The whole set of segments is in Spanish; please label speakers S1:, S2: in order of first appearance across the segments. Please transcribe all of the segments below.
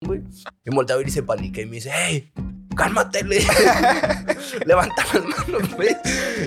S1: Y me volteé a ver y se palica y me dice, hey, cálmate, le dije. levanta las manos, güey.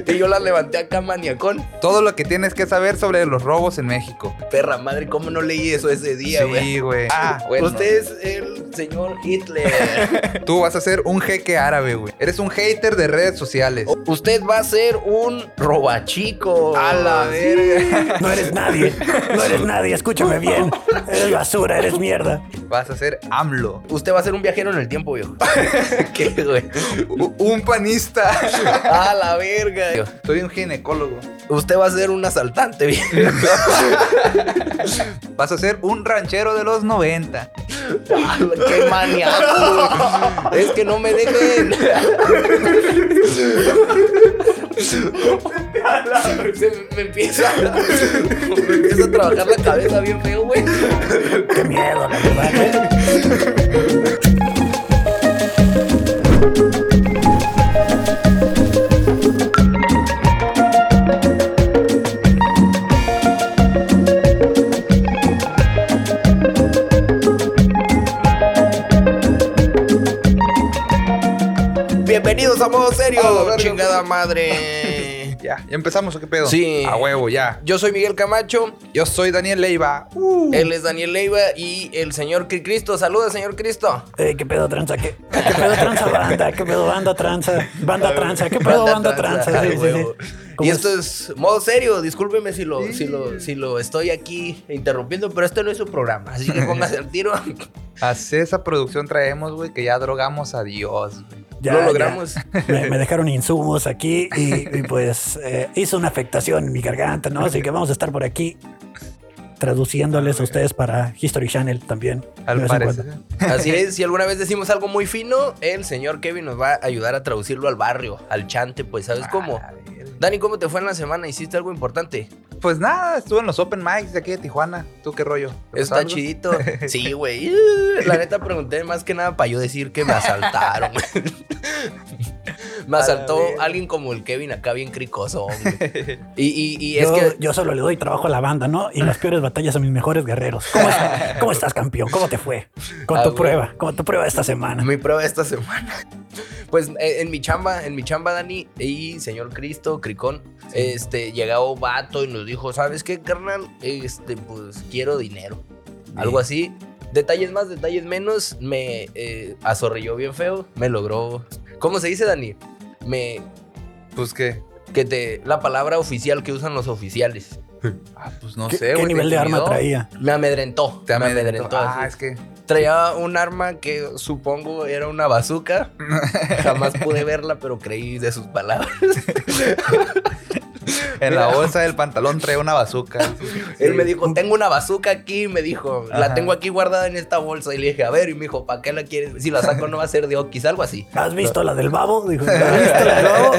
S1: Y yo las levanté acá maniacón.
S2: Todo lo que tienes que saber sobre los robos en México.
S1: Perra madre, ¿cómo no leí eso ese día, güey?
S2: Sí, güey.
S1: Ah,
S2: bueno.
S1: Usted es el señor Hitler.
S2: Tú vas a ser un jeque árabe, güey. Eres un hater de redes sociales.
S1: Oh. Usted va a ser un robachico.
S2: A la
S1: Sí.
S2: verga.
S3: No eres nadie, no eres nadie, escúchame bien. Eres basura, eres mierda.
S2: Vas a ser AMLO.
S1: Usted va a ser un viajero en el tiempo, viejo. ¿Qué, güey?
S2: U- un panista.
S1: A la verga.
S2: Soy un ginecólogo.
S1: Usted va a ser un asaltante, viejo.
S2: Vas a ser un ranchero de los 90.
S1: Qué maniaco. güey. es que no me dejen. Se me empieza, me empieza a trabajar la cabeza bien feo, güey.
S3: Qué miedo, la verdad. ¿eh?
S1: Bienvenidos a modo serio,
S2: A la verga.
S1: chingada madre.
S2: Ya, ya empezamos, ¿o qué pedo?
S1: Sí.
S2: A huevo, ya.
S1: Yo soy Miguel Camacho,
S2: Yo soy Daniel Leiva. Uh.
S1: él es Daniel Leiva y el señor Cri- Cristo. Saluda, señor Cristo.
S3: Eh, ¿Qué pedo tranza? ¿Qué, qué pedo tranza banda? ¿Qué pedo banda tranza? Banda tranza, ¿qué pedo banda tranza?
S1: tranza,
S3: Sí, sí,
S1: güey.
S3: sí.
S1: Y
S3: ¿Cómo
S1: esto es modo serio, discúlpeme si lo,
S2: Sí.
S1: si lo, si lo estoy aquí interrumpiendo, pero este no es su programa, así que póngase al tiro.
S2: Hace esa producción traemos, güey, que ya drogamos a Dios, güey.
S3: Ya,
S1: lo
S3: ya.
S1: logramos.
S3: Me, me dejaron insumos aquí y, y, pues eh, hizo una afectación en mi garganta, ¿no? Así que vamos a estar por aquí traduciéndoles a ustedes para History Channel también.
S2: Al
S3: de vez en
S2: parecer.
S3: cuando.
S1: Así es, si alguna vez decimos algo muy fino, el señor Kevin nos va a ayudar a traducirlo al barrio, al chante, pues,
S3: Ah.
S1: ¿sabes cómo?
S2: A ver.
S1: Dani, ¿cómo te fue en la semana? ¿Hiciste algo importante?
S2: Pues nada, estuve en los open mics de aquí de Tijuana. ¿Tú qué rollo? ¿Te
S1: Está
S2: pasó algo?
S1: chidito. Sí, güey. Uh, La neta pregunté más que nada para yo decir que me asaltaron. güey. me
S2: A la
S1: asaltó
S2: verga.
S1: alguien como el Kevin acá bien cricoso. hombre. Y, y- y es
S3: yo,
S1: que
S3: yo solo le doy trabajo a la banda, ¿no? Y las peores batallas a mis mejores guerreros. ¿Cómo, estás- cómo estás, campeón? ¿Cómo te fue? Con
S1: Ah,
S3: tu
S1: güey.
S3: prueba, con tu prueba de esta semana.
S1: mi prueba esta semana. Pues eh, en mi chamba, en mi chamba, Dani y señor Cristo, Cricón, este, llegó vato y nos dijo, ¿sabes qué, carnal? Este, pues quiero dinero. Algo así. Detalles más, detalles menos. Me eh, azorrilló bien feo. Me logró. ¿Cómo se dice, Dani? Me.
S2: Pues qué.
S1: Que te. La palabra oficial que usan los oficiales.
S2: Ah, pues no
S3: ¿Qué,
S2: sé,
S3: qué
S2: güey. ¿te
S3: nivel de arma
S2: intimidó?
S3: traía?
S1: Me amedrentó.
S2: Te
S1: me
S2: amedrentó.
S1: amedrentó.
S2: Ah,
S1: así.
S2: es que.
S1: Traía un arma que supongo era una bazooka. Jamás pude verla, pero creí de sus palabras.
S2: En la bolsa del pantalón trae una bazuca.
S1: Él me dijo, tengo una bazooka aquí, me dijo, la
S2: Ajá.
S1: tengo aquí guardada en esta bolsa. Y le dije, a ver, y me dijo, ¿para qué la quieres? Si la saco no va a ser de Oquis, algo así.
S3: ¿Has visto la del babo? Dijo, ¿has visto la del babo?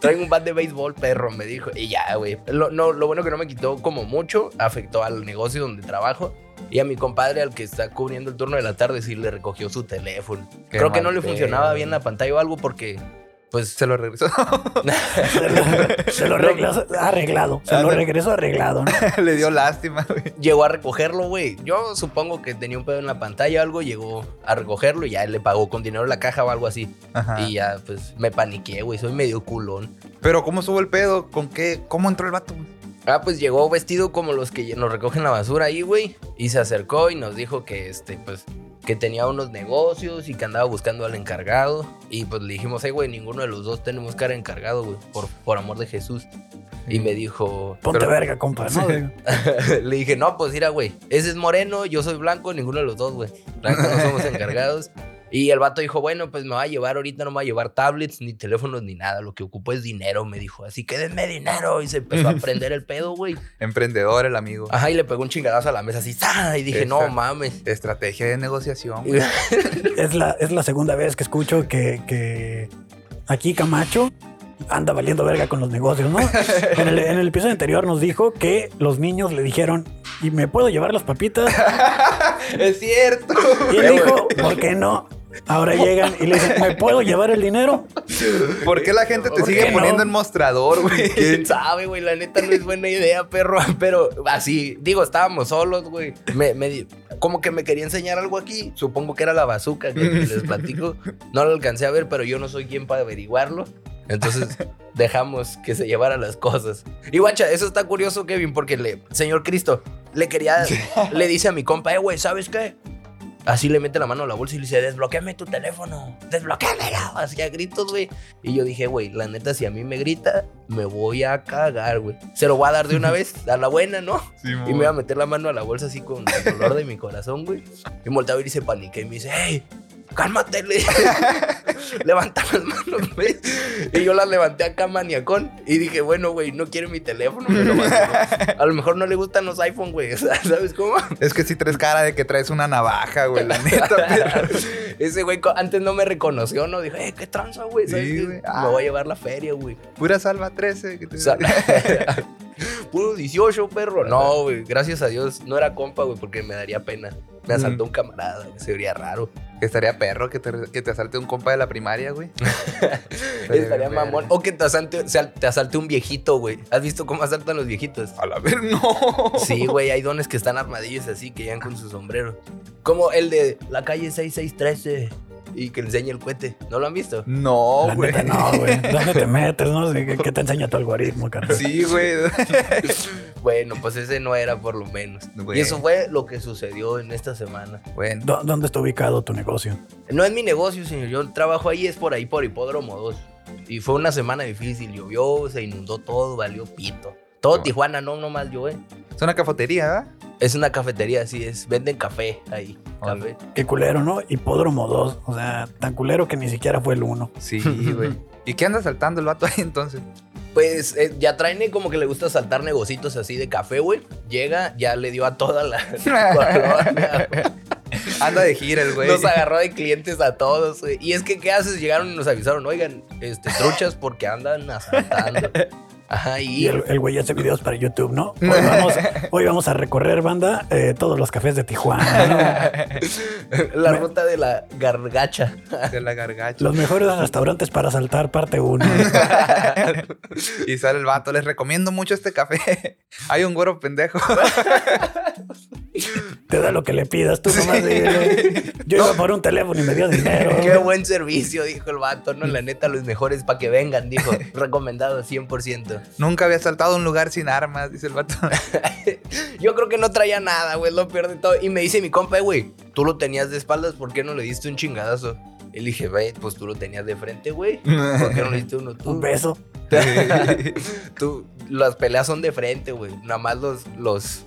S1: Traigo un bat de béisbol, perro, me dijo. Y ya, güey. Lo, no, lo bueno que no me quitó como mucho, afectó al negocio donde trabajo. Y a mi compadre, al que está cubriendo el turno de la tarde, sí le recogió su teléfono.
S2: Qué
S1: Creo que no
S2: mal
S1: le
S2: pedo.
S1: funcionaba bien la pantalla o algo porque, pues,
S2: Se lo regresó.
S3: Se lo- Se lo regresó arreglado. Se lo
S2: Ándale.
S3: regresó arreglado, ¿no?
S2: Le dio lástima, güey.
S1: llegó a recogerlo, güey. Yo supongo que tenía un pedo en la pantalla o algo, llegó a recogerlo y ya él le pagó con dinero la caja o algo así.
S2: Ajá.
S1: Y ya, pues, me paniqué, güey. Soy medio culón.
S2: Pero ¿cómo estuvo el pedo? ¿Con qué? ¿Cómo entró el vato? güey?
S1: Ah, pues llegó vestido como los que nos recogen la basura ahí, güey. Y se acercó y nos dijo que, este, pues, que tenía unos negocios y que andaba buscando al encargado. Y pues le dijimos, hey, güey, ninguno de los dos tenemos cara de encargado, güey, por, por amor de Jesús. Y me dijo,
S3: Ponte
S2: Pero-
S3: verga, compa. ¿no?
S2: Sí.
S1: Le dije, no, pues mira, güey, ese es moreno, yo soy blanco, ninguno de los dos, güey. La neta, no somos encargados. Y el vato dijo, bueno, pues me va a llevar ahorita, no me va a llevar tablets, ni teléfonos, ni nada. Lo que ocupo es dinero, me dijo. Así que denme dinero. Y se empezó a prender el pedo, güey.
S2: Emprendedor, el amigo.
S1: Ajá, y le pegó un chingadazo a la mesa así, ¡za! Y dije, no
S2: Exacto.
S1: mames.
S2: Estrategia de negociación.
S1: Y-
S3: Es la, es la segunda vez que escucho que, que aquí Camacho anda valiendo verga con los negocios, ¿no? En el, en el episodio anterior nos dijo que los niños le dijeron, ¿y me puedo llevar las papitas?
S2: es cierto. Eh,
S3: Y él dijo, ¿por qué no? Ahora llegan y le dicen, ¿me puedo llevar el dinero?
S2: ¿Por qué la gente te
S1: ¿Por
S2: sigue
S3: qué no?
S2: poniendo en mostrador, güey?
S1: ¿Quién sabe, güey? La neta no es buena idea, perro. Pero así, digo, estábamos solos, güey. Me, me di- como que me quería enseñar algo aquí. Supongo que era la bazuca que les platico. No lo alcancé a ver, pero yo no soy quien para averiguarlo. Entonces dejamos que se llevara las cosas. Y guacha, eso está curioso, Kevin, porque le, señor Cristo, le quería, le dice a mi compa, eh, güey, ¿sabes qué? Así le mete la mano a la bolsa y le dice, desbloquéame tu teléfono, desbloquéamelo. Así a gritos, güey. Y yo dije, güey, la neta, si a mí me grita, me voy a cagar, güey. Se lo voy a dar de una vez, a la buena, ¿no? Y me iba a meter la mano a la bolsa así con el dolor de mi corazón, güey. Y me volteaba y se paniqué y me dice, hey, cálmate. Le levanta las manos, güey. Y yo las levanté acá maniacón. Y dije, bueno, güey, no quiere mi teléfono. me lo mandó". a lo mejor no le gustan los iPhone, güey. O sea, ¿Sabes cómo?
S2: Es que sí traes cara de que traes una navaja, güey, la neta, pero...
S1: Ese güey co- antes no me reconoció, ¿no? Dije, eh, qué tranza, güey. ¿Sabes
S2: Sí,
S1: qué?
S2: güey. Ah.
S1: Me voy a llevar la feria, güey.
S2: Pura salva 13. que te-
S1: O sea, puro 18, perro. No, güey. Gracias a Dios. No era compa, güey, porque me daría pena. Me asaltó
S2: Mm.
S1: un camarada, güey. Se vería raro.
S2: Estaría perro que te, que te asalte un compa de la primaria, güey. Estaría
S1: Estaría
S2: bien
S1: mamón.
S2: verga.
S1: O que te asalte, sal- te asalte un viejito, güey. ¿Has visto cómo asaltan los viejitos?
S2: A la ver, no.
S1: Sí, güey, hay dones que están armadillos así, que llegan con su sombrero. Como el de la calle 6613 y que le enseña el cohete. ¿No lo han visto?
S2: Mm. No,
S3: La
S2: Oh, güey.
S3: neta, no, güey. ¿Dónde te metes? No sé qué, qué te enseña tu algoritmo, carnal.
S2: Sí, güey.
S1: Bueno, pues ese no era por lo menos.
S2: Güey.
S1: Y eso fue lo que sucedió en esta semana.
S2: Bueno,
S3: ¿Dó- ¿Dónde está ubicado tu negocio?
S1: No es mi negocio, señor. Yo trabajo ahí, es por ahí, por Hipódromo 2. Y fue una semana difícil. Llovió, se inundó todo, valió pito. Todo
S2: Bueno.
S1: Tijuana, no, no más yo, eh.
S2: es una cafetería, ¿verdad?
S1: Es una cafetería, así es. Venden café ahí.
S2: Órale.
S1: Café.
S3: Qué culero, ¿no? Hipódromo 2. O sea, tan culero que ni siquiera fue el 1.
S2: Sí, güey. ¿Y qué anda saltando el vato ahí entonces?
S1: Pues eh, ya traen como que le gusta saltar negocitos así de café, güey. Llega, ya le dio a toda la colonia, güey.
S2: Anda de gira el güey.
S1: Nos agarró de clientes a todos, güey. Y es que, ¿qué haces? Llegaron y nos avisaron, oigan, este, truchas porque andan asaltando. Ajá, y...
S3: Y el el güey hace videos para YouTube, ¿no? Hoy vamos, hoy vamos a recorrer, banda, eh, todos los cafés de Tijuana,
S1: La ruta de la gargacha.
S2: De la
S3: ¿no?
S2: gargacha.
S3: Los mejores restaurantes para saltar, parte 1.
S2: Y sale el vato. Les recomiendo mucho este café. Hay un güero pendejo.
S3: Te da lo que le pidas, tú nomás dile. Yo iba por un teléfono y me dio dinero.
S1: Qué buen servicio, dijo el vato. No, la neta, los mejores para que vengan, dijo. Recomendado 100%.
S2: Nunca había saltado a un lugar sin armas, dice el vato.
S1: Yo creo que no traía nada, güey, lo peor de todo. Y me dice mi compa, "Eh, güey, tú lo tenías de espaldas, ¿por qué no le diste un chingadazo? Y le dije, güey, pues tú lo tenías de frente, güey. ¿Por qué no le diste uno tú?
S3: Un beso.
S1: tú, las peleas son de frente, güey. Nada más los, los,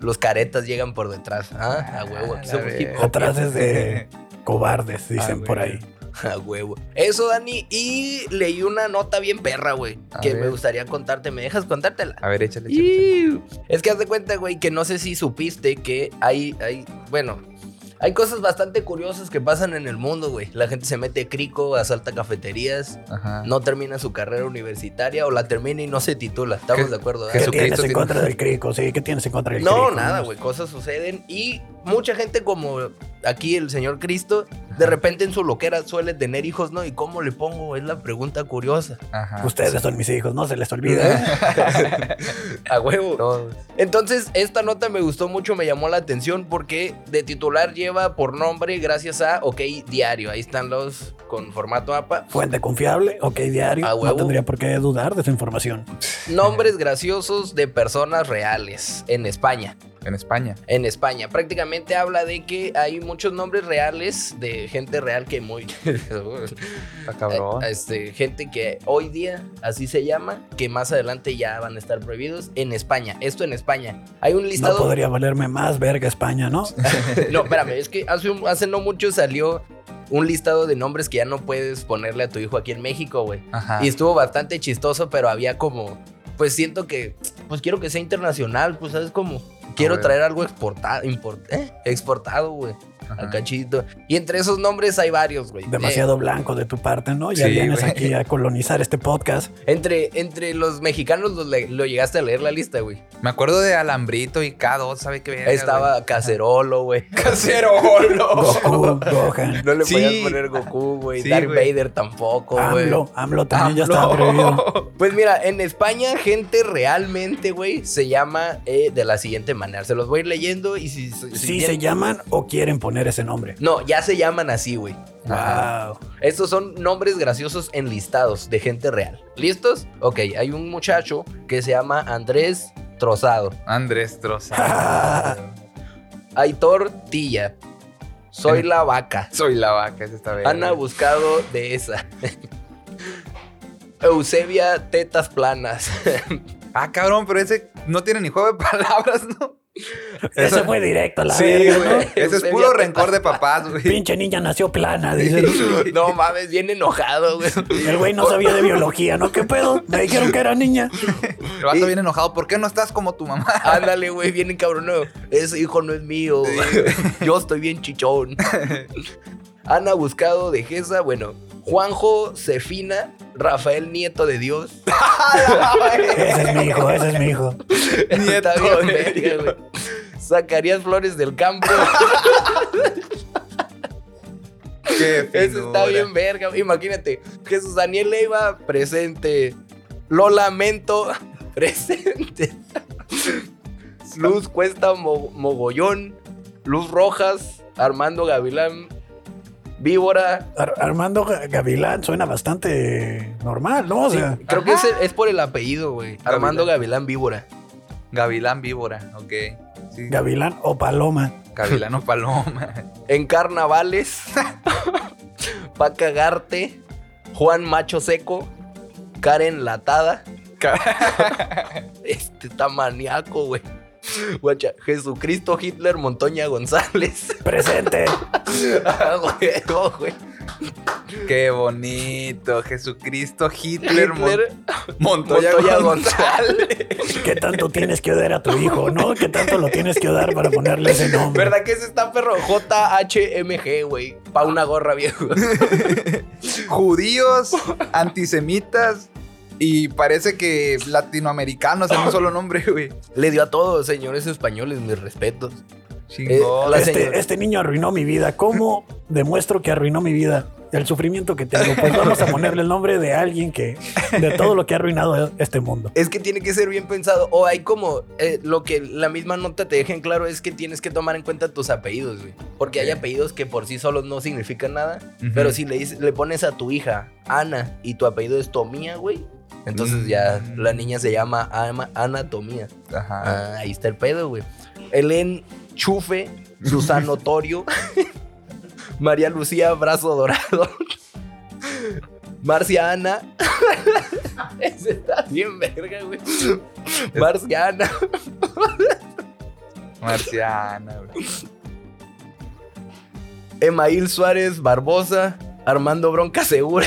S1: los caretas llegan por detrás. Ah, a huevo, aquí
S2: Ah,
S1: somos
S2: la
S1: hip hop.
S3: Atrás es de cobardes,
S2: Ah,
S3: dicen
S2: güey.
S3: por ahí.
S1: A huevo. Eso, Dani. Y leí una nota bien perra, güey,
S2: A
S1: que me
S2: ver.
S1: gustaría contarte. ¿Me dejas contártela?
S2: A ver, échale, échale. échale.
S1: Iu. Es que haz de cuenta, güey, que no sé si supiste que hay, hay, bueno, hay cosas bastante curiosas que pasan en el mundo, güey. La gente se mete crico, asalta cafeterías,
S2: Ajá.
S1: no termina su carrera universitaria o la termina y no se titula. Estamos
S2: Je-
S1: de acuerdo.
S3: ¿Qué
S1: ¿verdad?
S2: Jesucristo
S3: tienes en
S2: tiene-
S3: contra del crico? Sí, ¿qué tienes en contra del crico?
S1: No, nada, güey. Cosas suceden y mucha gente como aquí el señor Cristo, de repente en su loquera suele tener hijos, ¿no? ¿Y cómo le pongo? Es la pregunta curiosa.
S2: Ajá.
S1: pues,
S3: Ustedes son mis hijos, no se les
S1: ¿Eh?
S3: olvida.
S1: A huevo.
S2: Todos.
S1: Entonces, esta nota me gustó mucho, me llamó la atención porque de titular lleva por nombre gracias a OK Diario. Ahí están los con formato APA.
S3: Fuente confiable, ok, diario.
S1: A
S3: No
S1: huevo.
S3: tendría por qué dudar de esa información.
S1: Nombres graciosos de personas reales en España.
S2: En España.
S1: En España. Prácticamente habla de que hay muchos nombres reales de gente real que muy...
S2: Está cabrón.
S1: este, gente que hoy día así se llama, que más adelante ya van a estar prohibidos en España. Esto en España. Hay un
S3: No
S1: listado...
S3: podría valerme más verga España, ¿no?
S1: No, espérame, es que hace, un- hace no mucho salió un listado de nombres que ya no puedes ponerle a tu hijo aquí en México, güey.
S2: Ajá.
S1: Y estuvo bastante chistoso, pero había como, pues siento que, pues quiero que sea internacional, pues sabes como, quiero
S2: güey.
S1: traer algo exportado, import- ¿eh? exportado, güey.
S2: Ajá.
S1: a Cachito. Y entre esos nombres hay varios, güey. Eh,
S3: Demasiado blanco de tu parte, ¿no? Ya
S2: Eh, Sí,
S3: vienes
S2: güey.
S3: aquí a colonizar este podcast.
S1: Eh, entre, entre los mexicanos los le- lo llegaste a leer la lista, güey.
S2: Me acuerdo de Alambrito y K2, ¿sabe qué verga, güey?
S1: Estaba Cacerolo, güey.
S2: Cacerolo.
S3: Goku, Gohan,
S1: No le
S2: Sí.
S1: podías poner Goku, güey. Ah,
S2: Sí,
S1: Darth
S2: güey.
S1: Vader tampoco, güey.
S3: AMLO, AMLO también ya
S2: Oh, AMLO.
S3: está prohibido.
S1: Pues mira, en España, gente realmente, güey, se llama eh, de la siguiente manera. Se los voy a ir leyendo y si. si- si
S3: Sí
S1: tienen-
S3: se llaman o quieren poner ese nombre.
S1: No, ya se llaman así, güey.
S2: Ajá.
S3: Wow.
S1: Estos son nombres graciosos enlistados de gente real. ¿Listos? Ok, hay un muchacho que se llama Andrés Trozado.
S2: Andrés Troza.
S1: Aitor Tilla. Soy
S2: Eh.
S1: la vaca.
S2: Soy la vaca, esa está verga.
S1: Ana Buscado de esa. Eusebia Tetas Planas.
S2: Ah, cabrón, pero ese no tiene ni juego de palabras, ¿no?
S3: Ese fue directo, a la
S2: Sí,
S3: verga, ¿no?
S2: güey. Ese es
S1: Eusebia
S2: puro
S1: Tetas
S2: rencor de papás, güey.
S3: Pinche niña nació plana, dice.
S1: no mames, bien enojado, güey.
S3: El güey no sabía de biología, ¿no? ¿Qué pedo? Me dijeron que era niña.
S2: El vato bien enojado. ¿Por qué no estás como tu mamá?
S1: Ándale, güey, bien cabronado. Ese hijo no es mío. Yo estoy bien chichón. Ana Buscado de Gesa, bueno. Juanjo Cefina, Rafael Nieto de Dios.
S2: Ah,
S3: Ese es mi hijo, ese es mi hijo.
S1: Está
S2: Nieto
S1: bien,
S2: de
S1: verga, güey. Zacarías Flores del Campo.
S2: Qué
S1: Eso está
S2: finura.
S1: bien verga. güey. Imagínate, Jesús Daniel Leiva presente. Lo lamento presente. Luz Cuesta Mo- Mogollón, Luz Rojas, Armando Gavilán, Víbora.
S3: Ar- Armando Ga- Gavilán suena bastante normal, ¿no? O sea,
S1: Creo que es,
S2: Ajá.
S1: es por el apellido, güey. Armando Gavilán Víbora.
S2: Gavilán Víbora, ok. Sí.
S3: Gavilán o Paloma.
S2: Gavilano Paloma.
S1: En carnavales, Pa' cagarte, Juan Macho Seco, Karen Latada. Este está maníaco, güey. Guacha, Jesucristo Hitler Montoña González.
S3: Presente.
S1: Ah, güey, no, güey.
S2: Qué bonito. Jesucristo Hitler, Mon-
S1: Hitler
S2: Montoya,
S1: Montoya
S2: González.
S3: ¿Qué tanto tienes que odiar a tu hijo, no? ¿Qué tanto lo tienes que odiar para ponerle ese nombre?
S1: ¿Verdad que ese está perro? JHMG, güey. Pa' una gorra, viejo.
S2: Judíos, antisemitas y parece que latinoamericanos en un solo nombre, güey.
S1: Le dio a todos, señores españoles, mis respetos. Eh,
S2: Chingón.
S1: la-
S3: Este, este niño arruinó mi vida. ¿Cómo demuestro que arruinó mi vida? El sufrimiento que tengo. Pues vamos a ponerle el nombre de alguien que, de todo lo que ha arruinado este mundo.
S1: Es que tiene que ser bien pensado. O hay como eh, lo que la misma nota te deja en claro es que tienes que tomar en cuenta tus apellidos, güey. Porque hay
S2: Ok.
S1: apellidos que por sí solos no significan nada.
S2: Ujú.
S1: Pero si le, dices- le pones a tu hija Ana y tu apellido es Tomía, güey. Entonces
S2: Mm.
S1: ya la niña se llama Ana, Ana Tomía.
S2: Ajá.
S1: Ah, ahí está el pedo, güey. Helen Chufe, Susano Torio, María Lucía Brazo Dorado, Marcia Ana. Ese está bien verga, güey. Marcia Ana,
S2: Marciana, güey.
S1: Email Suárez Barbosa, Armando Bronca Segura.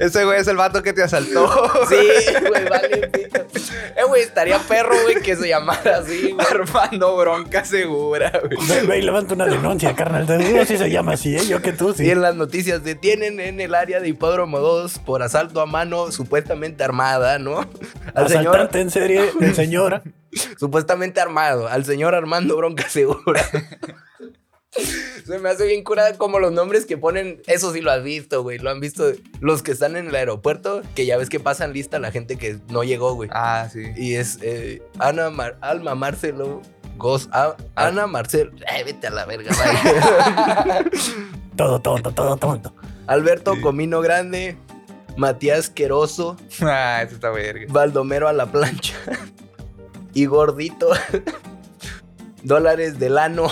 S2: Ese güey es el vato que te asaltó.
S1: Sí, güey, vale. pito. Eh, güey, estaría perro, güey, que se llamara así, güey.
S2: Armando bronca segura, güey.
S3: Ve, ve y levanta una denuncia, carnal. Te digo si se llama así, ¿eh? Yo que tú,
S1: Y
S3: sí.
S1: en las noticias detienen en el área de Hipódromo 2 por asalto a mano supuestamente armada, ¿no? Al señor
S3: Asaltante en serie, el señor.
S1: supuestamente armado, al señor Armando Bronca Segura. Se me hace bien curada como los nombres que ponen, eso sí lo has visto, güey, lo han visto los que están en el aeropuerto, que ya ves que pasan lista la gente que no llegó, güey.
S2: Ah, sí.
S1: Y es eh, Ana Mar- Alma Marcelo Goz, A- Ana Marcelo, Ay, vete a la verga, bye.
S3: Todo tonto, todo tonto.
S1: Alberto
S2: Sí.
S1: Comino Grande, Matías Queroso,
S2: Ah, eso está verga.
S1: Baldomero a la plancha y Gordito. Dólares del ano.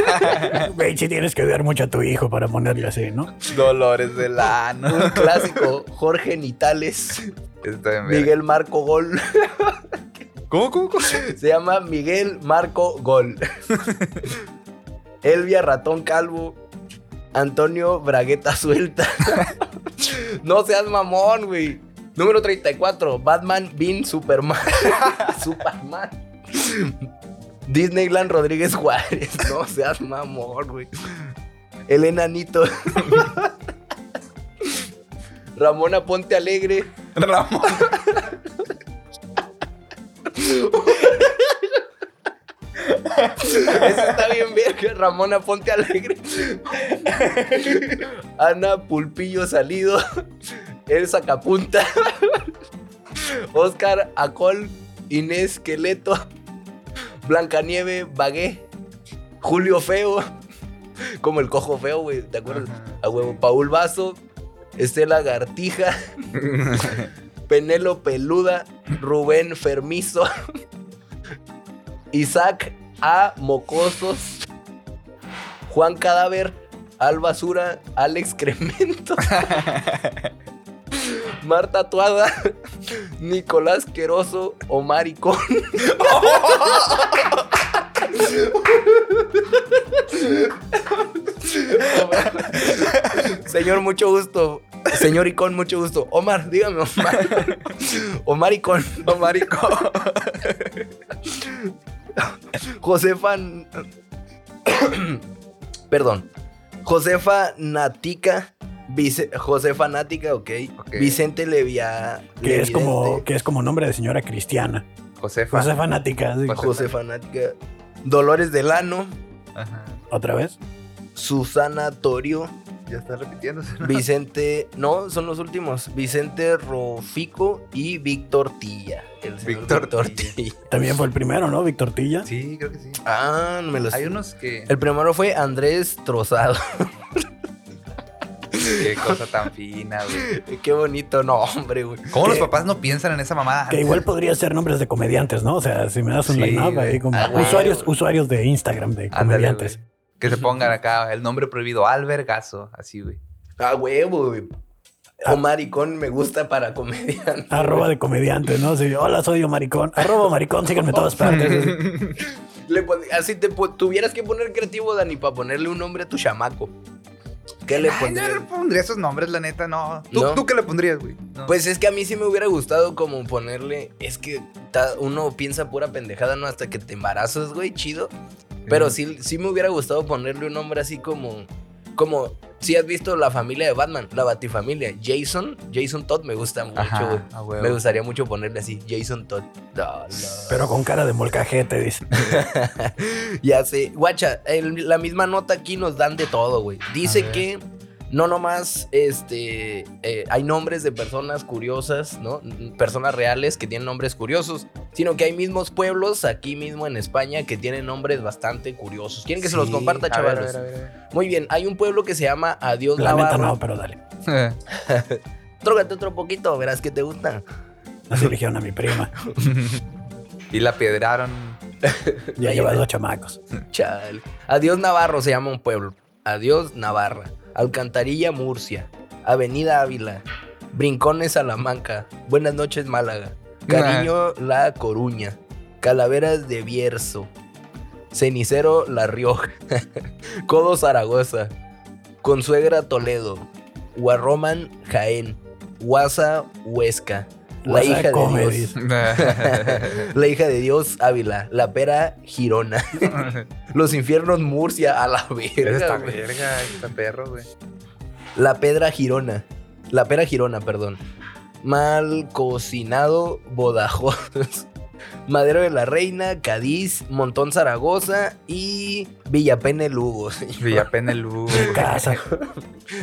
S3: Güey, sí tienes que odiar mucho a tu hijo para ponerle así, ¿no?
S2: Dolores de lano.
S1: Un clásico. Jorge Nitales.
S2: Eso está bien verga.
S1: Miguel Marco Gol.
S2: ¿Cómo, cómo, cómo?
S1: Se llama Miguel Marco Gol. Elvia Ratón Calvo. Antonio Bragueta Suelta. No seas mamón, güey. Número 34. Batman Bean Superman. Superman. Disneyland Rodríguez Juárez. No seas mamón, güey. El enanito. Ramona Ponte Alegre.
S2: Ramón.
S1: Ese está bien verga. Ramona Ponte Alegre. Ana Pulpillo Salido. El Sacapunta. Oscar Acol. Inés Queleto. Blancanieve Bagué. Julio Feo. Como el cojo feo, güey. ¿Te acuerdas?
S2: Ajá,
S1: A huevo. Paul Vaso. Estela Gartija. Penelo Peluda, Rubén Fermizo, Isaac A. Mocosos, Juan Cadáver, Al Basura, Alex Cremento, Marta Tuada, Nicolás Queroso, Omar Icón, Señor, mucho gusto. Señor Icón, mucho gusto. Omar, dígame, Omar. Omar Icón. Omar Icón. Josefa. N- Perdón. Josefa Natica. Vice- Josefa Nática,
S2: Ok.
S1: ok. Vicente Levia.
S3: Que es, como,
S1: Levidente,
S3: que es como nombre de señora cristiana.
S2: Josefa.
S3: Cosa fanática. así.
S2: Pues-
S1: Josefa Nática. Dolores Delano.
S2: Ajá.
S3: ¿Otra vez?
S1: Susana Torio.
S2: Ya está repitiéndose. ¿no?
S1: Vicente, no, son los últimos. Vicente Rofico y Víctor Tilla. El señor
S2: Víctor
S1: Tilla.
S3: También fue el primero, ¿no? Víctor Tilla.
S2: Sí, creo que sí.
S1: Ah, no me los.
S2: Hay unos que.
S1: El primero fue Andrés Trozado.
S2: Qué cosa tan fina, güey.
S1: Qué bonito nombre, güey.
S2: ¿Cómo los
S3: Que-
S2: papás no piensan en esa mamada?
S3: Que
S2: antes?
S3: igual podría ser nombres de comediantes, ¿no? O sea, si me das un
S2: Sí,
S3: line-up ahí
S2: güey.
S3: como
S1: Ah, güey.
S3: usuarios, usuarios de Instagram de
S2: Ándale,
S3: comediantes.
S2: güey. Que se pongan acá el nombre prohibido, Albert Gasso, así, güey.
S1: Ah, huevo, güey.
S2: Ah.
S1: O maricón me gusta para comediante.
S3: Arroba de comediantes, ¿no? Sí, hola, soy yo maricón. Arroba maricón, síganme en todas partes.
S1: Le pon- así te pu- tuvieras que poner creativo, Dani, para ponerle un nombre a tu chamaco. ¿Qué le
S2: Ay,
S1: pondrías?
S2: no le pondría esos nombres, la neta, no. ¿Tú,
S1: No.
S2: ¿tú qué le pondrías, güey? No.
S1: Pues es que a mí sí me hubiera gustado como ponerle, es que ta- uno piensa pura pendejada, ¿no? Hasta que te embarazas, güey, chido. Pero sí, sí me hubiera gustado ponerle un nombre así como, como, si has visto la familia de Batman, la Batifamilia, Jason, Jason Todd me gusta mucho,
S2: Ajá,
S1: güey.
S2: a huevo.
S1: Me gustaría mucho ponerle así, Jason Todd. No, no.
S3: Pero con cara de molcajete, dice.
S1: Ya sé. Guacha, en la misma nota aquí nos dan de todo, güey.
S2: A
S1: Dice
S2: ver.
S1: que no nomás este, eh, hay nombres de personas curiosas, ¿no? N- Personas reales que tienen nombres curiosos, sino que hay mismos pueblos aquí mismo en España que tienen nombres bastante curiosos. ¿Quieren que se los
S2: Sí,
S1: comparta,
S2: a ver, a
S1: chavalos?
S2: ver, a ver,
S1: Muy bien, hay un pueblo que se llama Adiós
S3: La neta no,
S1: Navarro.
S3: pero dale.
S2: a ver.
S1: Trógate otro poquito, verás que te gusta.
S3: Así eligieron a mi prima.
S2: y la piedraron.
S3: Ya lleva dos chamacos.
S1: Chale. Adiós Navarro se llama un pueblo. Adiós Navarra. Alcantarilla Murcia. Avenida Ávila. Brincones Salamanca. Buenas noches Málaga. Cariño La Coruña. Calaveras de Bierzo. Cenicero La Rioja. Codo Zaragoza. Consuegra Toledo. Guarroman Jaén. Guasa Huesca. La
S3: Guasa
S1: hija de
S3: come,
S1: Dios.
S3: dice.
S1: La hija de Dios Ávila. La pera Girona. Los infiernos Murcia a la
S2: Eres
S1: verga.
S2: esta
S1: güey.
S2: verga, este perro, güey.
S1: La pedra Girona. La pera Girona, perdón. Mal cocinado Bodajos. Madero de la Reina, Cádiz, Montón Zaragoza y Villapene Lugo. señor.
S2: Villapena el Hugo, güey.
S3: Casa.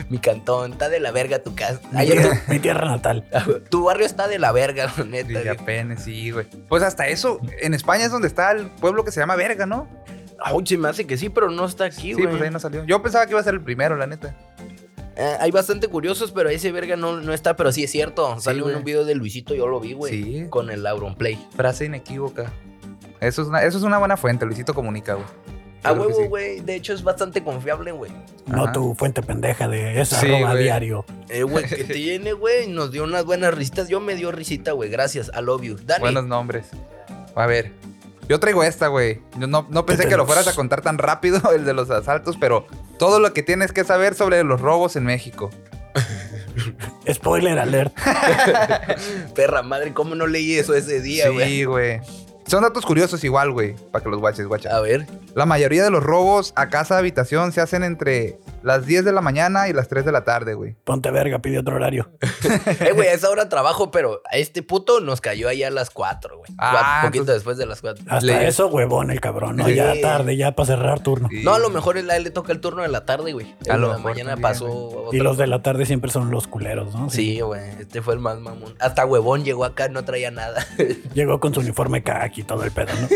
S1: Mi cantón, está de la verga tu casa.
S3: Mi,
S1: Ay,
S3: tierra- mi tierra natal.
S1: tu barrio está de la verga, la neta. güey.
S2: Villapene, sí, güey. Pues hasta eso, en España es donde está el pueblo que se llama Verga, ¿no?
S1: Ay, se me hace que sí, pero no está aquí,
S2: Sí,
S1: güey.
S2: pues ahí no salió. Yo pensaba que iba a ser el primero, la neta.
S1: Eh, hay bastante curiosos, pero ese verga no, no está, pero sí es cierto. Sale
S2: güey.
S1: un video de Luisito, yo lo vi, güey.
S2: Sí.
S1: Con el Auron Play.
S2: Frase inequívoca. Eso es una, eso es una buena fuente, Luisito Comunica, güey.
S1: A
S2: Yo creo que
S1: huevo,
S2: sí.
S1: güey. De hecho, es bastante confiable, güey.
S3: No
S2: Ajá.
S3: tu fuente pendeja de esa
S2: Sí,
S3: arroba
S2: güey.
S3: diario.
S1: Eh, güey, que tiene, güey. Nos dio unas buenas risitas. Yo me dio risita, güey. Gracias. I love you. Dani.
S2: Buenos nombres. A ver. Yo traigo esta, güey. Yo no, no pensé que lo fueras a contar tan rápido, el de los asaltos, pero todo lo que tienes que saber sobre los robos en México.
S3: Spoiler alert.
S1: Perra madre, ¿cómo no leí eso ese día, güey?
S2: sí, güey. Son datos curiosos igual, güey, para que los guaches, guacha.
S1: A ver.
S2: La mayoría de los robos a casa habitación se hacen entre las 10 de la mañana y las 3 de la tarde, güey.
S3: Ponte verga, pide otro horario.
S1: Eh, güey, a esa hora trabajo, pero a este puto nos cayó ahí a las 4, güey.
S2: Ah,
S1: Cuatro- poquito
S2: entonces-
S1: después de las 4.
S3: Hasta
S2: Le-
S3: eso, huevón, el cabrón. ¿no?
S1: Sí.
S3: Ya tarde, ya para cerrar turno.
S2: Sí.
S1: No, a lo mejor él, a él le toca el turno de la tarde, güey.
S2: A
S1: El
S2: lo
S1: de la
S2: mejor
S1: mañana
S2: también,
S1: pasó
S3: Y
S1: otro.
S3: los de la tarde siempre son los culeros, ¿no?
S1: Sí, güey. Este fue el más mamón. Hasta huevón llegó acá, no traía nada.
S3: Llegó con su uniforme kaki y todo el pedo, ¿no?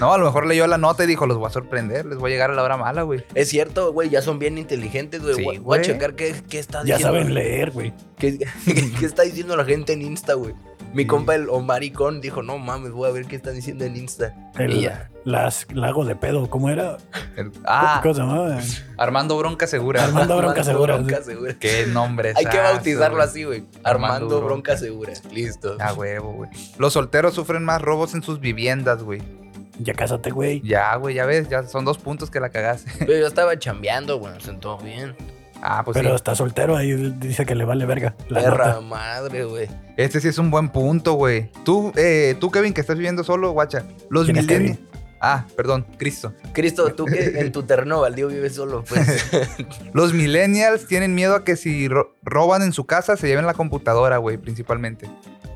S2: No, a lo mejor leyó la nota y dijo, los voy a sorprender, les voy a llegar a la hora mala, güey.
S1: es cierto, güey, ya son bien inteligentes, güey.
S2: Sí,
S1: Voy- Voy
S2: güey.
S1: a checar qué, qué está
S3: ya
S1: diciendo.
S3: saben leer, güey.
S1: ¿Qué, qué está diciendo la gente en Insta, güey? Mi
S2: Sí.
S1: compa, el Omaricón, dijo, no mames, voy a ver qué están diciendo en Insta.
S3: El-
S1: Y ya.
S3: Las lago de pedo, ¿cómo era?
S2: El- ah,
S3: ¿Cómo se llamaba?
S2: Armando Bronca Segura.
S3: Armando- Manda bronca segura.
S1: Bronca segura.
S2: Qué nombre.
S1: Hay que bautizarlo así, güey.
S2: Armando
S1: Armando,
S2: Bronca.
S1: bronca. Ah. segura. Listo.
S2: A huevo, güey. Los solteros sufren más robos en sus viviendas, güey.
S3: Ya cásate, güey.
S2: Ya, güey, ya ves, ya son dos puntos que la cagaste.
S1: Pero yo estaba chambeando, güey. Se sentó bien.
S2: Ah, pues
S3: pero
S2: sí.
S3: está soltero, ahí dice que le vale verga. La
S1: Perra
S3: nota.
S1: madre, güey.
S2: Este sí es un buen punto, güey. Tú, eh, tú, Kevin, que estás viviendo solo, guacha. Los
S3: ¿Quién es
S2: millennials. Ah, perdón, Cristo.
S1: Cristo, tú que en tu terreno baldío vives solo, pues.
S2: Los millennials tienen miedo a que si ro- roban en su casa se lleven la computadora, güey, principalmente.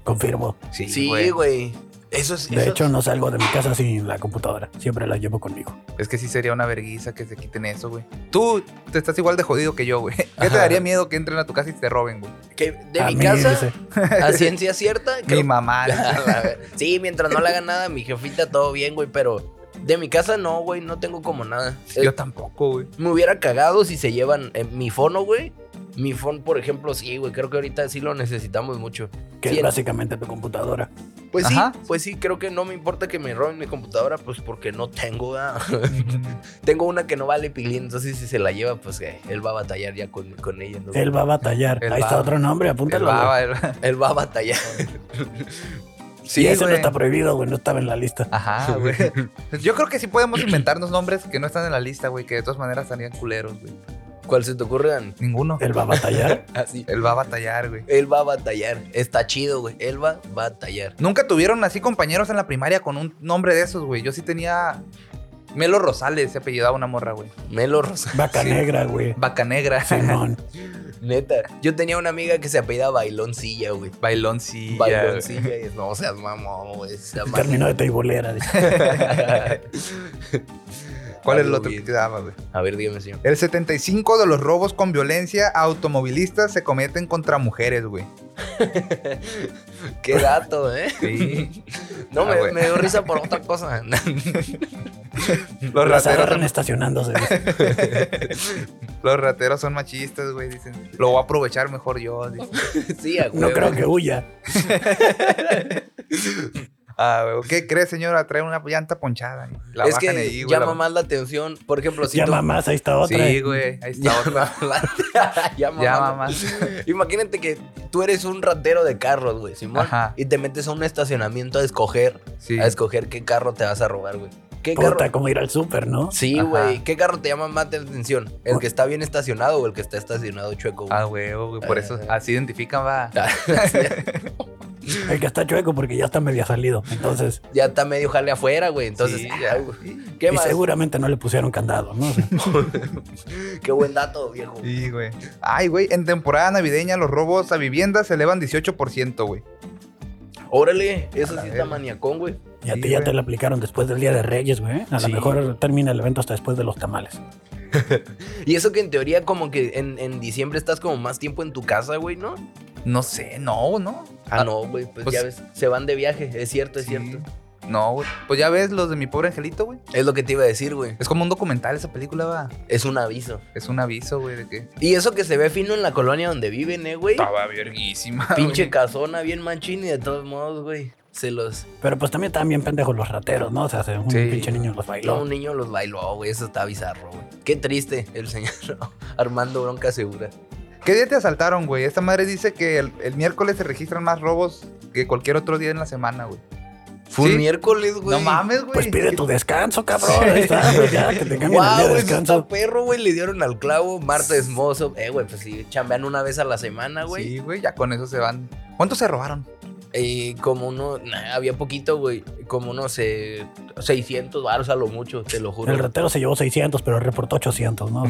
S3: Confirmo.
S1: Sí, güey. Eso es.
S3: De
S1: eso-
S3: hecho, no salgo de mi casa sin la computadora. Siempre la llevo conmigo.
S2: Es que sí sería una verguiza que se quiten eso, güey. Tú te estás igual de jodido que yo, güey. ¿Qué te
S1: Ajá.
S2: daría miedo que entren a tu casa y te roben, güey?
S1: que de
S3: A
S1: mi
S3: mí,
S1: casa,
S3: dice,
S1: a ciencia cierta.
S2: Mi
S1: creo-
S2: mamá. dice.
S1: A la ver- sí, mientras no le haga nada, mi jefita, todo bien, güey. Pero de mi casa, no, güey. No tengo como nada. Eh,
S2: Yo tampoco, güey.
S1: me hubiera cagado si se llevan eh, mi fono, güey. Mi phone, por ejemplo, sí, güey. Creo que ahorita sí lo necesitamos mucho.
S3: que
S1: Sí.
S3: es básicamente tu computadora.
S1: Pues
S2: Ajá.
S1: sí, pues sí, creo que no me importa que me roben mi computadora, pues porque no tengo. ¿verdad? tengo una que no vale pilín, entonces si se la lleva, pues eh, él va a batallar ya con, con ella. ¿no?
S3: Él va a batallar.
S2: El
S3: ahí está
S2: baba.
S3: otro nombre,
S2: El
S3: apúntalo. güey.
S2: baba, el-
S1: Él va a batallar.
S3: y
S2: Sí,
S3: ese
S2: güey.
S3: no está prohibido, güey. No estaba en la lista.
S1: Ah.
S2: Ajá, güey. Yo creo que sí podemos inventarnos nombres que no están en la lista, güey, que de todas maneras estarían culeros, güey.
S1: ¿Cuál se te ocurre?
S2: Ninguno.
S3: Él va a batallar.
S1: Así.
S2: Él va a batallar, güey.
S1: Él va a batallar. Está chido, güey. Él va a batallar.
S2: Nunca tuvieron así compañeros en la primaria con un nombre de esos, güey. Yo sí tenía Melo Rosales, se apellidaba una morra, güey.
S1: Melo Rosa.
S3: Vaca
S2: Sí.
S3: negra, güey.
S2: Vaca negra.
S3: Simón.
S1: Neta. Yo tenía una amiga que se apellida Bailoncilla, güey.
S2: Bailoncilla. güey.
S1: Bailoncilla. y es, No seas mamón, güey. Seas mamón.
S3: Terminó de teibolera. dice.
S2: ¿Cuál es el
S1: Algo
S2: otro que
S1: bien.
S2: te daba, güey?
S1: A ver, dígame, señor.
S2: El 75 de los robos con violencia a automovilistas se cometen contra mujeres, güey.
S1: Qué dato, ¿eh?
S2: Sí.
S1: No,
S2: Ah,
S1: me,
S2: güey.
S1: me dio risa por otra cosa.
S2: Los
S3: Las
S2: rateros
S3: agarran estacionándose. dice.
S2: Los rateros son machistas, güey, dicen. Lo voy a aprovechar mejor yo. dicen.
S1: sí, a
S3: No
S1: huevo.
S3: creo que huya.
S2: Ah, güey, ¿Qué crees, señora? Trae una llanta ponchada. güey. La
S1: es que
S2: bajan ahí, güey.
S1: llama
S2: la-
S1: más la atención. Por ejemplo, si tú...
S3: Llama más, ahí está otra.
S2: Sí, güey. Ahí está otra.
S1: Llama más. Llama
S2: Llama
S1: más.
S2: más.
S1: Imagínate que tú eres un ratero de carros, güey, Simón.
S2: Ajá.
S1: Y te metes a un estacionamiento a escoger,
S2: Sí.
S1: a escoger qué carro te vas a robar, güey. ¿Qué
S3: Puta,
S1: carro?
S3: como ir al súper, ¿no?
S1: Sí,
S2: Ajá.
S1: güey. ¿Qué carro te llama más la atención? ¿El que está bien estacionado o el que está estacionado chueco, güey?
S2: Ah, güey, güey. Por eso
S1: Eh.
S2: así identifican, va.
S3: El que está chueco porque ya está media salido. Entonces,
S1: ya está medio jale afuera, güey. Entonces,
S2: Sí,
S1: ah,
S2: ya.
S1: güey. ¿qué
S3: y
S1: más?
S3: seguramente no le pusieron candado, ¿no? O sea,
S1: Qué buen dato, viejo.
S2: Sí, güey. Ay, güey. En temporada navideña los robos a viviendas se elevan 18%, güey.
S1: Órale, eso sí está
S2: verga.
S1: maniacón, güey.
S3: y a
S2: Sí,
S3: ti ya
S2: güey.
S3: te lo aplicaron después del Día de Reyes, güey. A
S1: Sí.
S3: lo mejor termina el evento hasta después de los tamales.
S1: Y eso que en teoría como que en, en diciembre estás como más tiempo en tu casa, güey, ¿no?
S2: No sé, no, no.
S1: Ah, no, güey, pues,
S2: pues-
S1: ya ves, se van de viaje, es cierto, es
S2: Sí.
S1: cierto.
S2: No, güey. Pues ya ves los de mi pobre angelito, güey.
S1: Es lo que te iba a decir, güey.
S2: Es como un documental esa película, va.
S1: Es un aviso.
S2: Es un aviso, güey, de que.
S1: Y eso que se ve fino en la colonia donde viven, eh, güey.
S2: Estaba verguísima.
S1: Pinche
S2: Ah, güey.
S1: casona, bien manchín y de todos modos, güey. Se los.
S3: Pero pues también estaban bien pendejos los rateros, ¿no? O sea, se- un
S2: Sí.
S3: pinche niño los bailó.
S1: Un niño los bailó, güey. Eso está bizarro, güey. Qué triste el señor Armando Bronca Segura.
S2: ¿Qué día te asaltaron, güey? Esta madre dice que el, el miércoles se registran más robos que cualquier otro día en la semana, güey.
S1: Fue
S2: Sí.
S1: un miércoles, güey.
S2: No mames, güey.
S3: Pues pide tu descanso, cabrón. Ahí está, güey, ya, que te cambien el día
S1: Wow,
S3: de
S1: güey, eso está
S3: descanso.
S1: perro, güey. Le dieron al clavo. Martes mozo. Eh, güey, pues sí, chambean una vez a la semana, güey.
S2: Sí, güey, ya con eso se van. ¿Cuántos se robaron?
S1: eh, como uno, nah, había poquito, güey, como unos eh, 600 baros a lo mucho, te lo juro.
S3: El ratero se llevó 600, pero reportó 800, ¿no?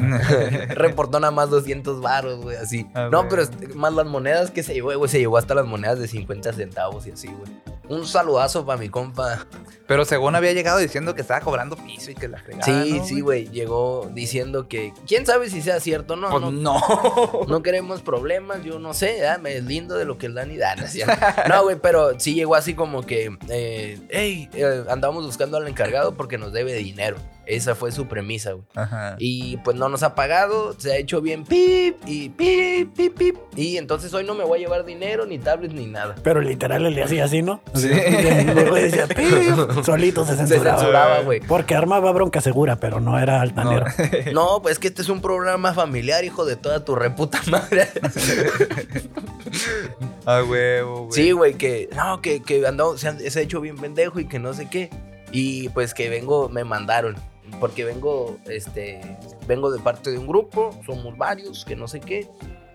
S1: Reportó nada más 200 baros, güey, así.
S2: Ah,
S1: no,
S2: güey.
S1: pero este, más las monedas que se llevó, güey, se llevó hasta las monedas de 50 centavos y así, güey. Un saludazo para mi compa.
S2: Pero según había llegado diciendo que estaba cobrando piso y que la fregada.
S1: sí,
S2: Ah, ¿no,
S1: sí, güey, llegó diciendo que, quién sabe si sea cierto o no,
S2: Pues
S1: no,
S2: no.
S1: no queremos problemas, yo no sé, ah, me lindo de lo que el Dani da. No, es cierto. No, güey, pero sí llegó así como que, eh, hey, eh, andamos buscando al encargado porque nos debe dinero. Esa fue su premisa, güey.
S2: Ajá.
S1: Y pues no nos ha pagado, se ha hecho bien pip y pip, pip, pip. Y entonces hoy no me voy a llevar dinero, ni tablets, ni nada.
S3: Pero literal le hacía así, ¿no?
S2: Sí.
S3: Le decía, "Pip", solito se
S1: Se
S3: censuraba.
S1: censuraba, güey.
S3: Porque armaba bronca segura, pero no era
S2: No.
S3: altanero.
S1: No, pues es que este es un programa familiar, hijo de toda tu reputa madre.
S2: A huevo, güey.
S1: Sí, güey, que no, que, que andó, se, han- se ha hecho bien pendejo y que no sé qué. Y pues que vengo, me mandaron. Porque vengo, este, vengo de parte de un grupo, somos varios, que no sé qué.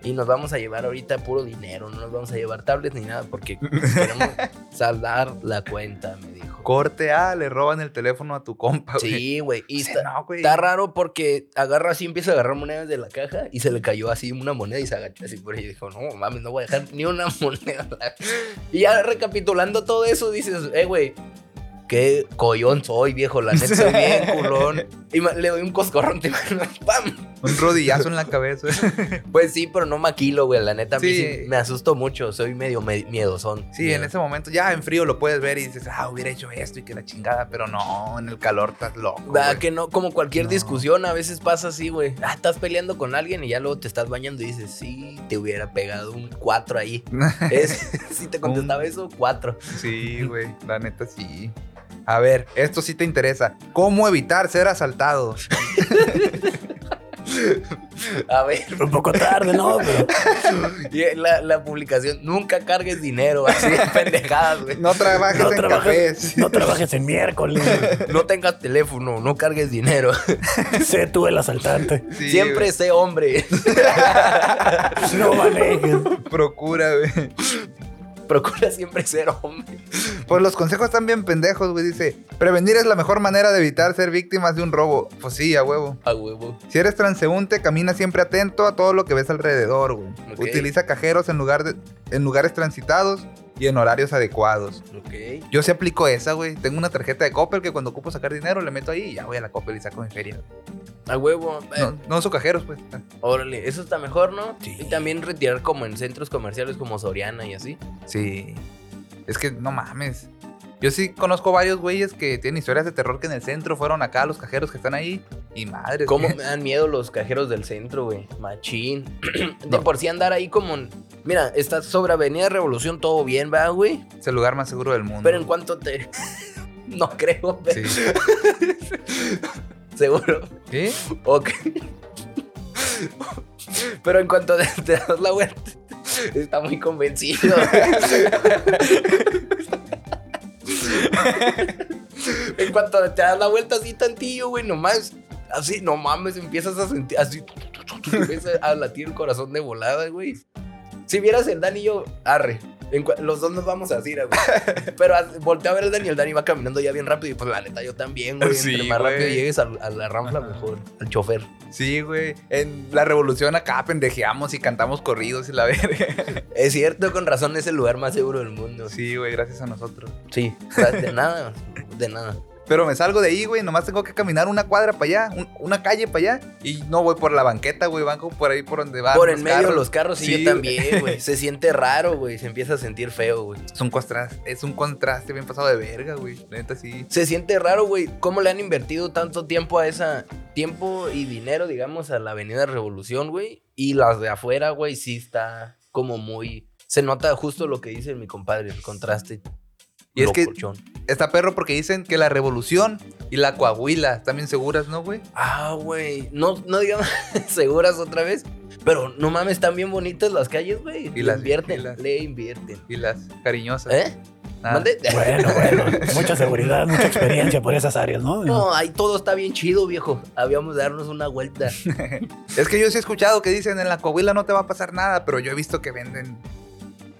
S1: Y nos vamos a llevar ahorita puro dinero, no nos vamos a llevar tablets ni nada, porque queremos saldar la cuenta, me dijo.
S2: Corte A, le roban el teléfono a tu compa, güey.
S1: Sí, güey. Y
S2: Dice,
S1: está,
S2: no, güey.
S1: está raro porque agarra así, empieza a agarrar monedas de la caja y se le cayó así una moneda y se agachó así por ahí y dijo, no mames, no voy a dejar ni una moneda. Y ya recapitulando todo eso, dices, eh, güey. Qué collón soy, viejo, la neta soy bien culón. Y ma- le doy un coscorrón, te imaginas, ¡pam!
S2: Un rodillazo en la cabeza.
S1: Pues sí, pero no maquilo, güey, la neta a mí
S2: Sí.
S1: sí me asusto mucho, soy medio me- miedosón.
S2: Sí, en ese momento ya en frío lo puedes ver y dices, ah, hubiera hecho esto y que la chingada, pero no, en el calor estás loco.
S1: Va,
S2: güey.
S1: Ah, que no, como cualquier
S2: No.
S1: discusión, a veces pasa así, güey. Ah, estás peleando con alguien y ya luego te estás bañando y dices, sí, te hubiera pegado un 4 ahí. Es- si te contestaba eso, 4.
S2: Sí, güey, la neta sí. A ver, esto sí te interesa. ¿Cómo evitar ser asaltado?
S1: A ver,
S3: Un poco tarde, ¿no? Pero
S1: y la, la publicación, nunca cargues dinero, así de pendejadas, güey.
S2: No trabajes
S3: no
S2: en
S3: trabajes,
S2: cafés.
S3: no trabajes en miércoles.
S1: No tengas teléfono, no cargues dinero.
S3: sé tú el asaltante.
S2: Sí,
S1: Siempre sé hombre.
S3: No manejes.
S2: güey, Procura, güey.
S1: Procura siempre ser hombre.
S2: Pues los consejos están bien pendejos, güey. Dice, prevenir es la mejor manera de evitar ser víctimas de un robo. Pues sí, a huevo.
S1: A huevo.
S2: Si eres transeúnte, camina siempre atento a todo lo que ves alrededor, güey.
S1: Ok.
S2: Utiliza cajeros en, lugar de- en lugares transitados y en horarios adecuados.
S1: Ok.
S2: Yo sí aplico esa, güey. Tengo una tarjeta de Coppel que cuando ocupo sacar dinero le meto ahí y ya voy a la Coppel y saco mi feria.
S1: A huevo. Eh,
S2: No, no uso cajeros, pues.
S1: Órale, eso está mejor, ¿no?
S3: Sí.
S1: Y también retirar como en centros comerciales como Soriana y así.
S2: Sí. Es que no mames. Yo sí conozco varios güeyes que tienen historias de terror que en el centro fueron acá los cajeros que están ahí. Y madre.
S1: ¿Cómo me dan miedo los cajeros del centro, güey? Machín. De
S2: No.
S1: por sí andar ahí como... en- Mira, está sobre Avenida Revolución, todo bien, va, güey.
S2: Es el lugar más seguro del mundo.
S1: Pero en cuanto te... no creo, pero
S2: Sí.
S1: seguro.
S2: ¿Sí?
S1: Ok. pero en cuanto te, te das la vuelta, está muy convencido. en cuanto te das la vuelta así tantillo, güey, nomás... Así, no mames, empiezas a sentir... Así... Empieza a latir el corazón de volada, güey. Si vieras el Dani y yo, arre. En cua- los dos nos vamos a ir, güey. Pero as- volteé a ver el Dani y el Dani va caminando ya bien rápido. Y pues la neta, yo también, güey.
S2: Sí,
S1: Entre más
S2: güey.
S1: rápido llegues al- a, la rampa,
S2: Ajá.
S1: mejor. Al chofer.
S2: Sí, güey. En la revolución acá pendejeamos y cantamos corridos y la verga.
S1: Es cierto, con razón es el lugar más seguro del mundo. Sí.
S2: Sí, güey, gracias a nosotros.
S1: O sea, de nada, de nada.
S2: Pero me salgo de ahí, güey, nomás tengo que caminar una cuadra para allá, un- una calle para allá. Y no voy por la banqueta, güey, banco por ahí por donde va.
S1: Por en medio de Ah, los carros, sí,
S2: Sí,
S1: yo también, güey. Se siente raro, güey. Se empieza a sentir feo, güey.
S2: Es un, contraste, es un contraste bien pasado de verga, güey. La neta, sí.
S1: Se siente raro, güey. ¿Cómo le han invertido tanto tiempo a esa. Tiempo y dinero, digamos, a la Avenida Revolución, güey? Y las de afuera, güey, sí está como muy. Se nota justo lo que dice mi compadre, el contraste.
S2: Y es que-
S1: locochón.
S2: Está perro porque dicen que la revolución y la coahuila están bien seguras, ¿no, güey?
S1: Ah, güey. No, no digamos seguras otra vez. Pero no mames, están bien bonitas las calles, güey.
S2: Y
S1: Y las
S2: las- y
S1: invierten,
S2: las-
S1: le invierten.
S2: Y las cariñosas.
S1: ¿Eh?
S2: Ah,
S1: ¿Mande?
S3: Bueno, bueno. Mucha seguridad, mucha experiencia por esas áreas, ¿no?
S1: No, ahí todo está bien chido, viejo. Habíamos de darnos una vuelta.
S2: Es que yo sí he escuchado que dicen en la coahuila no te va a pasar nada, pero yo he visto que venden